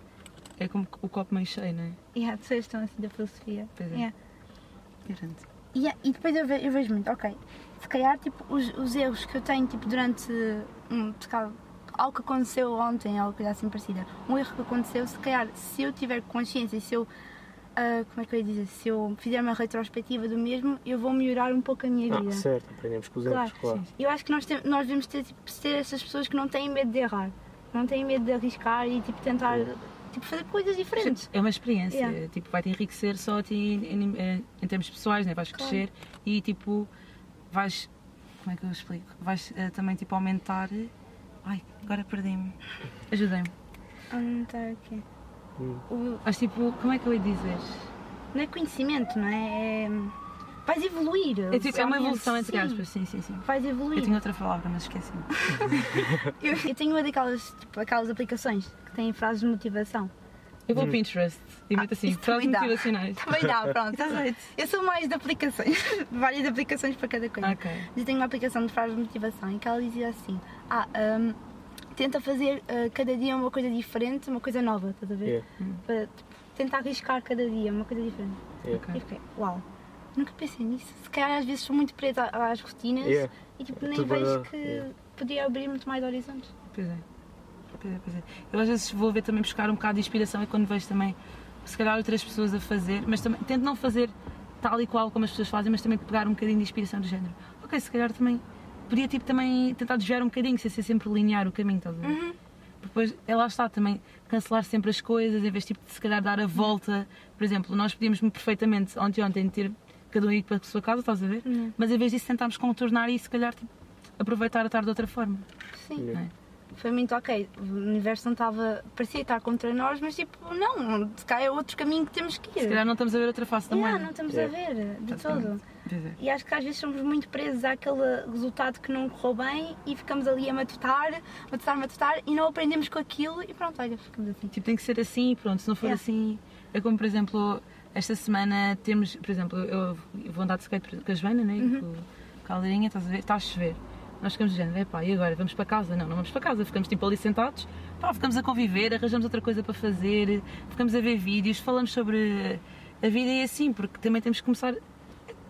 [SPEAKER 1] é como o copo meio cheio, não é?
[SPEAKER 3] E yeah, vocês estão assim da filosofia.
[SPEAKER 1] Pois é.
[SPEAKER 3] Yeah.
[SPEAKER 1] Grande.
[SPEAKER 3] E, é, e depois eu, ve- eu vejo muito, ok, se calhar tipo, os, os erros que eu tenho tipo, durante um, se calhar, algo que aconteceu ontem, algo coisa assim parecida, um erro que aconteceu, se calhar se eu tiver consciência e se eu, ah, como é que eu ia dizer, se eu fizer uma retrospectiva do mesmo, eu vou melhorar um pouco a minha
[SPEAKER 2] Ah,
[SPEAKER 3] vida.
[SPEAKER 2] certo, aprendemos com os
[SPEAKER 3] Claro,
[SPEAKER 2] erros, claro.
[SPEAKER 1] sim.
[SPEAKER 3] Eu acho que nós, tem- nós devemos ter, tipo, ser essas pessoas que não têm medo de errar, não têm medo de arriscar e tipo, tentar tipo, fazer coisas diferentes.
[SPEAKER 1] É uma experiência,
[SPEAKER 3] Yeah.
[SPEAKER 1] tipo, vai-te enriquecer só a ti em, em- em termos pessoais, né? vais
[SPEAKER 3] Claro.
[SPEAKER 1] crescer e tipo, vais. Como é que eu explico? Vais eh, também tipo aumentar. Ai, agora perdi-me. Ajudem-me.
[SPEAKER 3] Ah, não está aqui.
[SPEAKER 2] Hum.
[SPEAKER 3] O-
[SPEAKER 1] Mas tipo, como é que eu ia dizer?
[SPEAKER 3] não é conhecimento, não é? é... Vais evoluir.
[SPEAKER 1] É, tipo, é uma
[SPEAKER 3] socialmente,
[SPEAKER 1] evolução entre
[SPEAKER 3] sim.
[SPEAKER 1] aspas, sim, sim, sim.
[SPEAKER 3] Vais
[SPEAKER 1] Eu
[SPEAKER 3] evoluir.
[SPEAKER 1] tinha outra palavra, mas esqueci-me.
[SPEAKER 3] Eu, eu tenho É tipo uma daquelas tipo, aquelas aplicações que têm frases de motivação.
[SPEAKER 1] Eu vou ao Pinterest e meto assim,
[SPEAKER 3] Ah, isso é
[SPEAKER 1] frases
[SPEAKER 3] também dá.
[SPEAKER 1] motivacionais.
[SPEAKER 3] Também dá, pronto,
[SPEAKER 1] tá,
[SPEAKER 3] estás a ver? Eu sou mais de aplicações, várias aplicações para cada coisa.
[SPEAKER 1] Ok.
[SPEAKER 3] Eu tenho uma aplicação de frases de motivação em que ela dizia assim: ah, hum, tenta fazer ah, cada dia uma coisa diferente, uma coisa nova, estás a ver?
[SPEAKER 2] Yeah.
[SPEAKER 3] Para, tipo, tenta arriscar cada dia uma coisa diferente.
[SPEAKER 2] Yeah.
[SPEAKER 1] Ok.
[SPEAKER 3] E eu fiquei, uau, nunca pensei nisso. Se calhar às vezes sou muito preta às rotinas
[SPEAKER 2] Yeah.
[SPEAKER 3] e tipo, nem
[SPEAKER 2] Tudo vai
[SPEAKER 3] vejo
[SPEAKER 2] dar,
[SPEAKER 3] que
[SPEAKER 2] yeah.
[SPEAKER 3] podia abrir muito mais horizontes.
[SPEAKER 1] Pois é. Pois é, pois é. Eu às vezes vou ver também buscar um bocado de inspiração e quando vejo também, se calhar, outras pessoas a fazer, mas também tento não fazer tal e qual como as pessoas fazem, mas também pegar um bocadinho de inspiração do género. Ok, se calhar também podia tipo também tentar desviar um bocadinho, sem ser sempre linear o caminho, estás a ver? Depois, é lá está também, cancelar sempre as coisas, em vez tipo, de se calhar dar a volta. Por exemplo, nós podíamos perfeitamente ontem ontem ter cada um ido para a sua casa, estás a ver? Mas em vez disso tentámos contornar e se calhar tipo, aproveitar a tarde de outra forma.
[SPEAKER 3] Sim. é?
[SPEAKER 2] Yeah.
[SPEAKER 3] Foi muito ok. O universo não estava. parecia estar contra nós, mas tipo, não, se calhar é outro caminho que temos que ir.
[SPEAKER 1] Se calhar não estamos a ver outra face da
[SPEAKER 3] Yeah,
[SPEAKER 1] moeda.
[SPEAKER 3] não estamos
[SPEAKER 2] Yeah.
[SPEAKER 3] a ver, de todo.
[SPEAKER 1] Exatamente. Pois é.
[SPEAKER 3] E acho que às vezes somos muito presos àquele resultado que não correu bem e ficamos ali a matutar, matutar, matutar e não aprendemos com aquilo e pronto, olha, ficamos assim.
[SPEAKER 1] Tipo, tem que ser assim e pronto, se não for
[SPEAKER 3] Yeah.
[SPEAKER 1] assim. É como, por exemplo, esta semana temos, por exemplo, eu eu vou andar de skate por- com a Joana, né?
[SPEAKER 3] Uhum.
[SPEAKER 1] e Com com a Aldeirinha, estás a ver? Está a chover. Nós ficamos dizendo, epá, e agora? Vamos para casa? Não, não vamos para casa, ficamos tipo ali sentados, pá, ficamos a conviver, arranjamos outra coisa para fazer, ficamos a ver vídeos, falamos sobre a vida e assim, porque também temos que começar a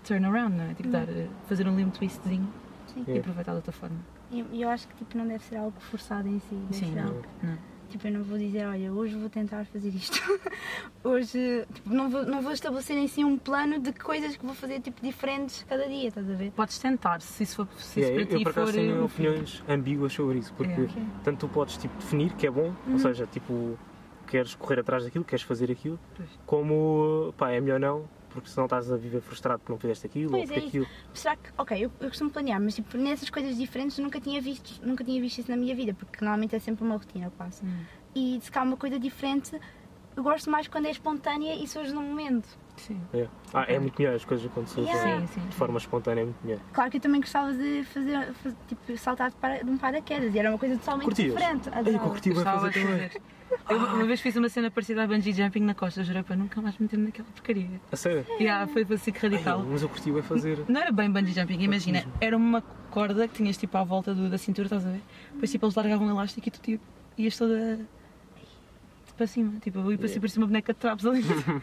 [SPEAKER 1] turn around, não é? Tipo, dar, fazer um limbo twistzinho
[SPEAKER 3] Uhum. Sim.
[SPEAKER 1] e
[SPEAKER 2] Yeah.
[SPEAKER 1] aproveitar de outra forma.
[SPEAKER 3] E e eu acho que tipo, não deve ser algo forçado em si. deve
[SPEAKER 1] Sim,
[SPEAKER 3] ser
[SPEAKER 1] não,
[SPEAKER 3] algo-
[SPEAKER 1] não.
[SPEAKER 3] Tipo, eu não vou dizer, olha, hoje vou tentar fazer isto. hoje, tipo, não vou, não vou estabelecer em si um plano de coisas que vou fazer tipo, diferentes cada dia, estás a ver?
[SPEAKER 1] Podes tentar, se isso, for, se isso
[SPEAKER 2] Yeah, é,
[SPEAKER 1] para ti
[SPEAKER 2] eu, eu
[SPEAKER 1] É,
[SPEAKER 2] por acaso
[SPEAKER 1] for.
[SPEAKER 2] tenho
[SPEAKER 1] eh,
[SPEAKER 2] opiniões ambíguas sobre isso, porque
[SPEAKER 1] Yeah.
[SPEAKER 2] tanto tu podes tipo, definir que é bom,
[SPEAKER 1] Uhum.
[SPEAKER 2] ou seja, tipo, queres correr atrás daquilo, queres fazer aquilo,
[SPEAKER 1] Pois.
[SPEAKER 2] como pá, é melhor não, porque senão estás a viver frustrado porque não fizeste aquilo
[SPEAKER 3] Pois
[SPEAKER 2] ou
[SPEAKER 3] é
[SPEAKER 2] porque
[SPEAKER 3] isso.
[SPEAKER 2] aquilo.
[SPEAKER 3] Será que, ok, eu, eu costumo planear, mas tipo, nessas coisas diferentes nunca tinha visto, nunca tinha visto isso na minha vida, porque normalmente é sempre uma rotina quase.
[SPEAKER 1] Hum.
[SPEAKER 3] E se cá uma coisa diferente, eu gosto mais quando é espontânea e surge no momento.
[SPEAKER 1] Sim.
[SPEAKER 2] Yeah. Ah, é muito melhor as coisas acontecerem
[SPEAKER 3] Yeah.
[SPEAKER 1] Sim, sim.
[SPEAKER 2] de forma espontânea, é muito melhor.
[SPEAKER 3] Claro que eu também gostava de fazer, faz- tipo, saltar de, para, de um paraquedas, e era uma coisa totalmente
[SPEAKER 2] Curtias?
[SPEAKER 3] diferente.
[SPEAKER 2] Ei, que eu
[SPEAKER 3] Adorava.
[SPEAKER 2] curti vai
[SPEAKER 1] Gostava
[SPEAKER 2] fazer
[SPEAKER 1] de
[SPEAKER 2] também.
[SPEAKER 1] fazer. Eu uma vez fiz uma cena parecida a bungee jumping na costa, jurei para nunca mais meter naquela porcaria.
[SPEAKER 2] A sério?
[SPEAKER 1] E ah, foi básico
[SPEAKER 2] Ei,
[SPEAKER 1] radical.
[SPEAKER 2] mas eu curti vai fazer.
[SPEAKER 1] Não era bem bungee jumping, imagina, era uma corda que tinhas tipo à volta do- da cintura, estás a ver? Depois tipo eles largavam um elástico e tu tipo, ias toda para cima, tipo, eu ia para cima, parecia uma boneca de trapos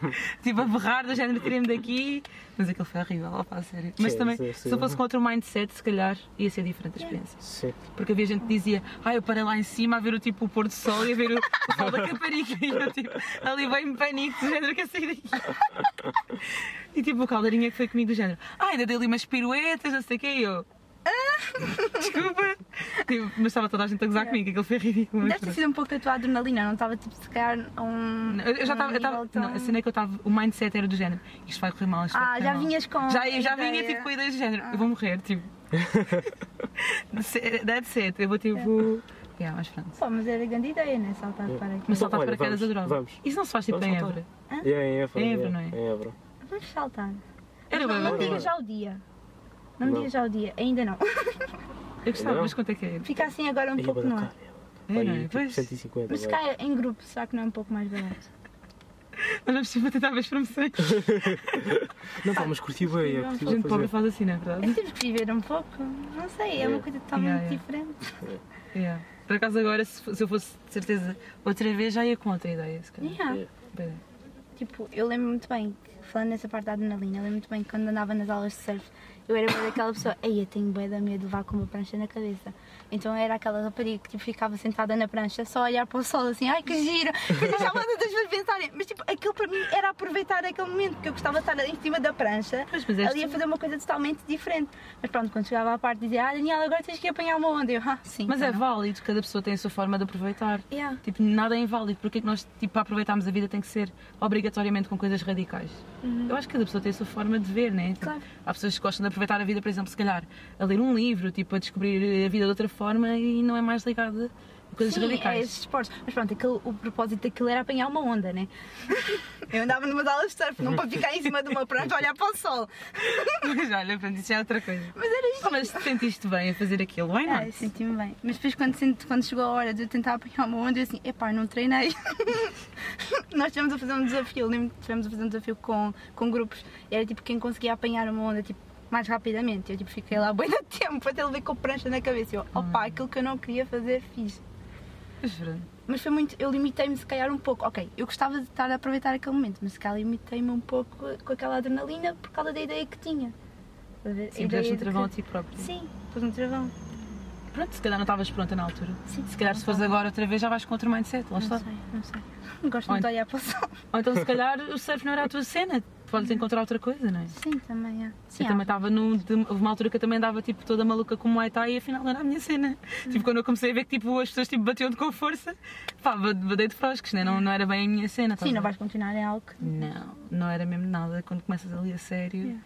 [SPEAKER 1] ali, tipo a berrar, do género, tirei-me daqui, mas aquilo foi horrível, opa, a sério. Mas
[SPEAKER 2] Sim,
[SPEAKER 1] também,
[SPEAKER 2] sim,
[SPEAKER 1] se
[SPEAKER 2] sim.
[SPEAKER 1] eu fosse com outro mindset, se calhar ia ser diferente a experiência.
[SPEAKER 2] Sim.
[SPEAKER 1] Porque havia gente que dizia, ah, eu parei lá em cima a ver o tipo o pôr do sol e a ver o, o sol da Caparica. E eu tipo, ali bem me pânico, do género, quer sair daqui. E tipo, o caldeirinha que foi comigo do género, ah, ainda dei ali umas piruetas, não sei o quê, e eu. "Ah, Desculpa! Tipo, mas estava toda a gente a gozar comigo, aquilo foi ridículo. mas
[SPEAKER 3] Deve ter
[SPEAKER 1] pronto.
[SPEAKER 3] sido um pouco a tua adrenalina, não estava tipo se calhar a um.
[SPEAKER 1] Não, Eu já
[SPEAKER 3] um
[SPEAKER 1] estava. eu estava-
[SPEAKER 3] nível tão-
[SPEAKER 1] não, A cena é que eu estava. O mindset era do género. Isto vai correr mal, isto vai
[SPEAKER 3] Ah,
[SPEAKER 1] correr
[SPEAKER 3] já
[SPEAKER 1] mal.
[SPEAKER 3] vinhas com
[SPEAKER 1] Já,
[SPEAKER 3] a
[SPEAKER 1] eu já vinha
[SPEAKER 3] ideia. Ah.
[SPEAKER 1] tipo com a ideia do género. Eu vou morrer, tipo. That's it. Eu vou tipo.
[SPEAKER 3] É.
[SPEAKER 1] Yeah, mas pronto.
[SPEAKER 3] Pô, mas era grande ideia, né? Saltar de
[SPEAKER 2] Yeah.
[SPEAKER 3] paraquedas.
[SPEAKER 1] Mas saltar de
[SPEAKER 2] Então, Olha,
[SPEAKER 1] paraquedas
[SPEAKER 2] vamos,
[SPEAKER 1] adorava.
[SPEAKER 2] vamos.
[SPEAKER 1] Isso não se faz tipo
[SPEAKER 2] Vamos
[SPEAKER 1] em
[SPEAKER 2] saltar.
[SPEAKER 1] Évora.
[SPEAKER 2] Yeah, em Évora,
[SPEAKER 1] É Évora,
[SPEAKER 2] yeah,
[SPEAKER 1] não
[SPEAKER 2] Em Évora.
[SPEAKER 3] Vamos saltar.
[SPEAKER 1] Era
[SPEAKER 3] não,
[SPEAKER 1] bem,
[SPEAKER 3] não
[SPEAKER 1] bem.
[SPEAKER 3] diga já o dia. Não me
[SPEAKER 2] Não.
[SPEAKER 3] diga já o dia, ainda não.
[SPEAKER 1] Eu gostava,
[SPEAKER 2] Não.
[SPEAKER 1] mas quanto é que é?
[SPEAKER 3] Fica assim agora um
[SPEAKER 2] Ei,
[SPEAKER 3] pouco
[SPEAKER 2] bué da
[SPEAKER 3] no ar.
[SPEAKER 2] cara,
[SPEAKER 1] É,
[SPEAKER 2] é bué da
[SPEAKER 1] não
[SPEAKER 2] cara. Aí,
[SPEAKER 1] é?
[SPEAKER 2] tipo,
[SPEAKER 1] Pois.
[SPEAKER 2] 150.
[SPEAKER 3] Mas se
[SPEAKER 2] bué.
[SPEAKER 3] calhar em grupo, será que não é um pouco mais barato?
[SPEAKER 1] Nós vamos sempre tentar ver as promoções.
[SPEAKER 2] Não, pá, mas curti bem, é
[SPEAKER 3] Vamos
[SPEAKER 2] curti
[SPEAKER 1] A
[SPEAKER 2] bué
[SPEAKER 1] gente pobre
[SPEAKER 2] fazer.
[SPEAKER 1] faz assim, não é verdade?
[SPEAKER 3] É, temos que viver um pouco, não sei, é
[SPEAKER 2] Yeah.
[SPEAKER 3] uma coisa totalmente
[SPEAKER 1] Yeah, yeah.
[SPEAKER 3] diferente.
[SPEAKER 1] Yeah. Por acaso agora, se fo- se eu fosse de certeza outra vez, já ia com outra ideia, se calhar.
[SPEAKER 3] Yeah.
[SPEAKER 2] Yeah.
[SPEAKER 1] Pois é.
[SPEAKER 3] Tipo, eu lembro muito bem, que, falando nessa parte da adrenalina, eu lembro muito bem que quando andava nas aulas de surf, eu era bué daquela pessoa, ei, eu tenho bué da medo de levar com uma prancha na cabeça. Então eu era aquela rapariga que tipo, ficava sentada na prancha só a olhar para o sol assim, ai que giro, que eu deixava as outras pessoas pensarem. Mas tipo, aquilo para mim era aproveitar aquele momento, porque eu gostava de estar em cima da prancha,
[SPEAKER 1] Pois, mas és
[SPEAKER 3] ali a
[SPEAKER 1] tu.
[SPEAKER 3] fazer uma coisa totalmente diferente. Mas pronto, quando chegava à parte dizia, ah Daniela, agora tens que apanhar uma onda. Eu, ah, sim.
[SPEAKER 1] Mas é
[SPEAKER 3] tá
[SPEAKER 1] válido, cada pessoa tem a sua forma de aproveitar.
[SPEAKER 3] bom." Yeah.
[SPEAKER 1] Tipo, nada é inválido. Porque é que nós, tipo, para aproveitarmos a vida tem que ser obrigatoriamente com coisas radicais? Eu acho que cada pessoa tem a sua forma de ver, né? Tipo,
[SPEAKER 3] Uhum. Claro.
[SPEAKER 1] Há pessoas que gostam de aproveitar a vida, por exemplo, se calhar a ler um livro, tipo, a descobrir a vida de outra forma e não é mais ligada a coisas
[SPEAKER 3] Sim, é
[SPEAKER 1] radicais.
[SPEAKER 3] esses esportes. Mas pronto, aquele- o propósito daquilo era apanhar uma onda, né? Eu andava numas aulas de surf, não para ficar em cima de uma prancha a olhar para o sol.
[SPEAKER 1] Mas olha, pronto, isso já é outra coisa.
[SPEAKER 3] Mas era isso.
[SPEAKER 1] Ah, Mas te sentiste bem a fazer aquilo, why not?
[SPEAKER 3] Ah, eu senti-me bem. Mas depois quando, senti- quando chegou a hora de eu tentar apanhar uma onda, eu assim, epá, não treinei. Nós estivemos a fazer um desafio, lembro que estivemos a fazer um desafio com, com grupos. Era tipo quem conseguia apanhar uma onda, tipo, mais rapidamente. Eu tipo, fiquei lá bem no tempo até levar com a prancha na cabeça. Eu, opá, aquilo que eu não queria fazer, fiz.
[SPEAKER 1] Mas pronto.
[SPEAKER 3] Mas foi muito. Eu limitei-me, se calhar, um pouco. Ok, eu gostava de estar a aproveitar aquele momento, mas se calhar limitei-me um pouco com aquela adrenalina por causa da ideia que tinha. Estás a ver? A
[SPEAKER 1] Sim,
[SPEAKER 3] ideia
[SPEAKER 1] deste um
[SPEAKER 3] de
[SPEAKER 1] travão a
[SPEAKER 3] que-
[SPEAKER 1] ti próprio.
[SPEAKER 3] Sim, pôs um travão.
[SPEAKER 1] Pronto, se calhar não estavas pronta na altura.
[SPEAKER 3] Sim,
[SPEAKER 1] Se calhar se fores agora outra vez já vais com outro mindset, lá
[SPEAKER 3] Não
[SPEAKER 1] está.
[SPEAKER 3] sei, não sei. Gosto muito de
[SPEAKER 1] Olha.
[SPEAKER 3] olhar para o sol.
[SPEAKER 1] Ou então se calhar o surf não era a tua cena. podes encontrar outra coisa, não é?
[SPEAKER 3] Sim, também é. Sim,
[SPEAKER 1] eu
[SPEAKER 3] há-
[SPEAKER 1] também estava num. de- Houve uma altura que eu também andava tipo toda maluca com o Muay Thai e afinal era a minha cena.
[SPEAKER 3] Hum.
[SPEAKER 1] Tipo, quando eu comecei a ver que tipo, as pessoas tipo, batiam-te com força, pá, ba- badei de frosques, né? não, não era bem a minha cena. estás
[SPEAKER 3] Sim,
[SPEAKER 1] a
[SPEAKER 3] não
[SPEAKER 1] ver?
[SPEAKER 3] vais continuar em algo que.
[SPEAKER 1] Não, não era mesmo nada. Quando começas ali a sério,
[SPEAKER 3] Yeah.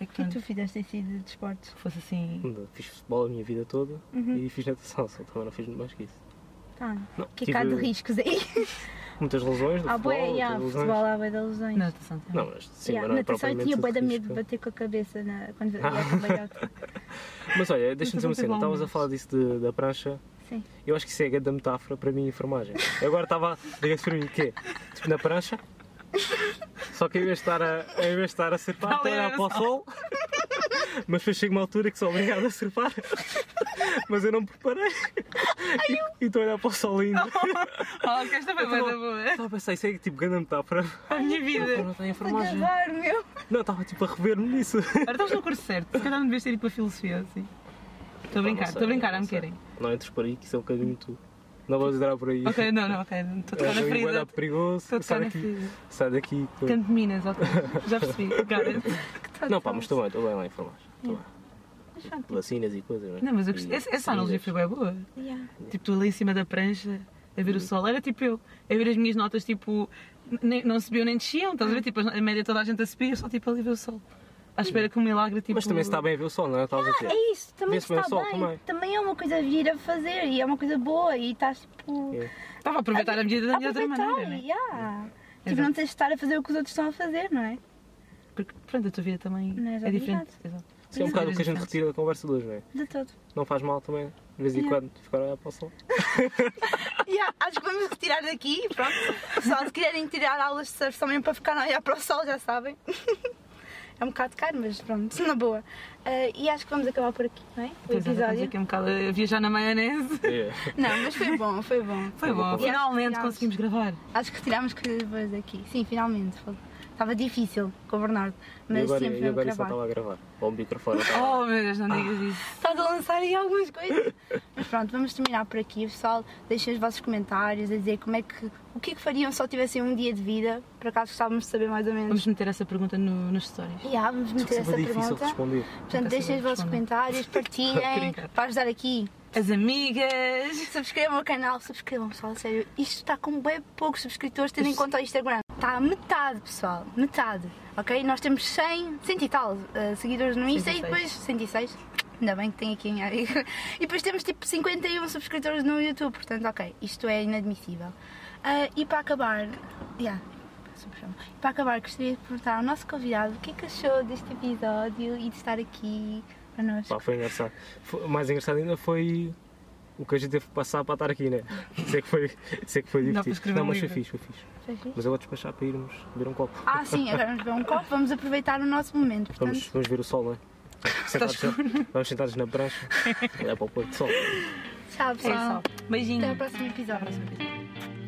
[SPEAKER 1] é
[SPEAKER 3] O
[SPEAKER 1] que
[SPEAKER 3] que é que
[SPEAKER 1] pronto,
[SPEAKER 3] tu fizeste em si de desportos?
[SPEAKER 1] fosse assim.
[SPEAKER 2] Anda, Fiz futebol a minha vida toda
[SPEAKER 3] Uhum.
[SPEAKER 2] e fiz natação, só também não fiz muito mais que isso.
[SPEAKER 3] Tá.
[SPEAKER 2] Não,
[SPEAKER 3] Que há de riscos aí.
[SPEAKER 2] muitas lesões do
[SPEAKER 3] Há
[SPEAKER 2] futebol,
[SPEAKER 3] boi, há
[SPEAKER 2] muitas lesões.
[SPEAKER 3] futebol, há boi da lesões.
[SPEAKER 1] Natação também.
[SPEAKER 2] Não, mas sim, mas não
[SPEAKER 3] Yeah,
[SPEAKER 2] é
[SPEAKER 3] natação eu
[SPEAKER 2] propriamente
[SPEAKER 3] tinha boi da
[SPEAKER 2] de
[SPEAKER 3] medo de
[SPEAKER 2] risco.
[SPEAKER 3] bater com a cabeça na... quando ia com o balhote.
[SPEAKER 2] Mas olha,
[SPEAKER 1] Natação
[SPEAKER 2] deixa-me dizer uma cena,
[SPEAKER 1] tem
[SPEAKER 2] estavas a
[SPEAKER 1] bombas.
[SPEAKER 2] falar disso de- da prancha
[SPEAKER 3] Sim.
[SPEAKER 2] Eu acho que isso é a grande metáfora para mim, enfermagem. Eu agora estava a ligar-se para mim, o quê? Tipo, na prancha. Só que em vez de estar a, em vez de estar a surfar, estou a olhar para o sol. Mas depois chega uma altura que sou obrigado a surfar. Mas eu não me preparei. E- E estou a olhar para o sol ainda.
[SPEAKER 1] Oh, que esta foi
[SPEAKER 2] Eu
[SPEAKER 1] muito
[SPEAKER 2] tava-
[SPEAKER 1] boa.
[SPEAKER 2] Estava a pensar, isso é tipo grande metáfora.
[SPEAKER 1] A minha
[SPEAKER 2] Eu
[SPEAKER 1] vida.
[SPEAKER 2] não tenho enfermagem.
[SPEAKER 3] Acabar, meu.
[SPEAKER 2] Não, estava tipo a rever-me nisso.
[SPEAKER 1] Agora estás no curso certo. Se calhar não devias ter ido para a filosofia assim. Estou a brincar, estou a brincar, não me querem.
[SPEAKER 2] Não entres por aí, que isso é um bocadinho tu. Não vou entrar por aí.
[SPEAKER 1] Ok, não, não, ok. Estou a
[SPEAKER 2] É,
[SPEAKER 1] tocar na
[SPEAKER 2] é bué da
[SPEAKER 1] ferida. Estou a
[SPEAKER 2] perigoso.
[SPEAKER 1] tocar
[SPEAKER 2] Sai
[SPEAKER 1] na
[SPEAKER 2] daqui.
[SPEAKER 1] ferida.
[SPEAKER 2] Sai daqui. tu-
[SPEAKER 1] Canto de Minas, ok. Já percebi. Cara.
[SPEAKER 3] tá
[SPEAKER 2] Não, pá, mas estou bem, estou bem lá em farmácia. Estou bem. Vacinas e coisas, é?
[SPEAKER 1] Não, mas eu
[SPEAKER 2] E
[SPEAKER 1] gostei. Essa, essa analogia foi bem boa.
[SPEAKER 3] Yeah.
[SPEAKER 1] Tipo, tu ali em cima da prancha, a
[SPEAKER 2] Hum.
[SPEAKER 1] ver o sol. Era tipo eu, a ver as minhas notas, tipo, nem- não subiam nem desciam. Estás a ver? Tipo, a média toda a gente a subir, eu só tipo ali ver o sol. À espera que um milagre, tipo.
[SPEAKER 2] Hum.
[SPEAKER 1] Ah,
[SPEAKER 2] Mas também se está bem a ver o sol, não é? Estavas a dizer.
[SPEAKER 3] É isso, também
[SPEAKER 2] Vê-se bem
[SPEAKER 3] está
[SPEAKER 2] o sol
[SPEAKER 3] bem.
[SPEAKER 2] também.
[SPEAKER 3] é uma coisa a vir a fazer e é uma coisa boa e estás tipo.
[SPEAKER 2] É.
[SPEAKER 1] Estava a aproveitar a medida da minha outra
[SPEAKER 3] aproveitar,
[SPEAKER 1] maneira, né?
[SPEAKER 3] yeah. Tipo,
[SPEAKER 1] Exato.
[SPEAKER 3] não tens de estar a fazer o que os outros estão a fazer, não é?
[SPEAKER 1] Porque, pronto, a tua vida também
[SPEAKER 3] Não és
[SPEAKER 1] é diferente. Exato.
[SPEAKER 2] Isso é um
[SPEAKER 1] Sim.
[SPEAKER 2] bocado o que a gente retira da conversa de hoje, não é?
[SPEAKER 3] De todo.
[SPEAKER 2] Não faz mal também, de vez em
[SPEAKER 3] Yeah.
[SPEAKER 2] quando, ficar a olhar para o sol.
[SPEAKER 3] Yeah, acho que vamos retirar daqui, pronto. Pessoal, se quiserem tirar aulas de surf também para ficar a olhar para o sol, já sabem. É um bocado caro, mas pronto, na boa. Ah, e acho que vamos acabar por aqui, não é? O
[SPEAKER 1] Pois é, estamos
[SPEAKER 3] episódio.
[SPEAKER 1] aqui um bocado a viajar na maionese.
[SPEAKER 2] É.
[SPEAKER 3] Não, mas foi bom, foi bom.
[SPEAKER 1] Foi bom,
[SPEAKER 2] conversa.
[SPEAKER 1] finalmente
[SPEAKER 3] Obrigada.
[SPEAKER 1] conseguimos gravar.
[SPEAKER 3] Acho que tirámos coisas daqui. Sim, finalmente. foi. Estava difícil com o Bernardo,
[SPEAKER 2] E
[SPEAKER 3] mas
[SPEAKER 2] agora,
[SPEAKER 3] sempre
[SPEAKER 2] e
[SPEAKER 3] vamos
[SPEAKER 2] agora isso não estava
[SPEAKER 3] gravar.
[SPEAKER 2] a gravar. Ou o microfone. estava-
[SPEAKER 1] Oh meu Deus, não digas isso.
[SPEAKER 3] Estás a lançar aí algumas coisas. mas pronto, vamos terminar por aqui, pessoal. Deixem os vossos comentários a dizer como é que. O que é que fariam se só tivessem um dia de vida? Por acaso gostávamos de saber mais ou menos.
[SPEAKER 1] Vamos meter essa pergunta no- nos stories.
[SPEAKER 3] E há, vamos meter
[SPEAKER 2] Sempre
[SPEAKER 3] essa
[SPEAKER 2] é difícil
[SPEAKER 3] pergunta.
[SPEAKER 2] responder.
[SPEAKER 3] Portanto, deixem os vossos
[SPEAKER 1] Respondam.
[SPEAKER 3] comentários, partilhem,
[SPEAKER 1] Brincar.
[SPEAKER 3] para ajudar aqui.
[SPEAKER 1] As amigas!
[SPEAKER 3] Subscrevam o canal, subscrevam, pessoal, sério. Isto está com bem poucos subscritores, tendo em conta o Instagram. Está a metade, pessoal, metade, ok? Nós temos 100, 100 e tal eh, seguidores no Insta e
[SPEAKER 1] 106.
[SPEAKER 3] depois 106. Ainda bem que tem aqui a minha amiga. E depois temos tipo 51 subscritores no YouTube, portanto, ok, isto é inadmissível. Ah, e para acabar, yeah, subscrevam. E para acabar, gostaria de perguntar ao nosso convidado o que é que achou deste episódio e de estar aqui para nós.
[SPEAKER 2] Pá, foi engraçado. Foi- mais engraçado ainda foi o que a gente teve que passar para estar aqui, né? Sei que foi, sei que foi
[SPEAKER 1] Dá para
[SPEAKER 2] divertido.
[SPEAKER 1] escrever
[SPEAKER 2] Não,
[SPEAKER 1] um
[SPEAKER 2] mas foi
[SPEAKER 1] livro.
[SPEAKER 2] fixe, foi fixe.
[SPEAKER 3] Foi fixe?
[SPEAKER 2] Mas eu vou despachar para irmos beber um copo.
[SPEAKER 3] Ah, sim, agora vamos beber um copo, vamos aproveitar o nosso momento. Portanto,
[SPEAKER 2] Vamos, vamos ver o sol, não é? Sentados, vamos sentados na prancha, olhar para o pôr do sol.
[SPEAKER 3] tchau,
[SPEAKER 1] É
[SPEAKER 3] pessoal.
[SPEAKER 1] isso. Beijinho.
[SPEAKER 3] Até o próximo episódio.
[SPEAKER 1] Até o próximo episódio.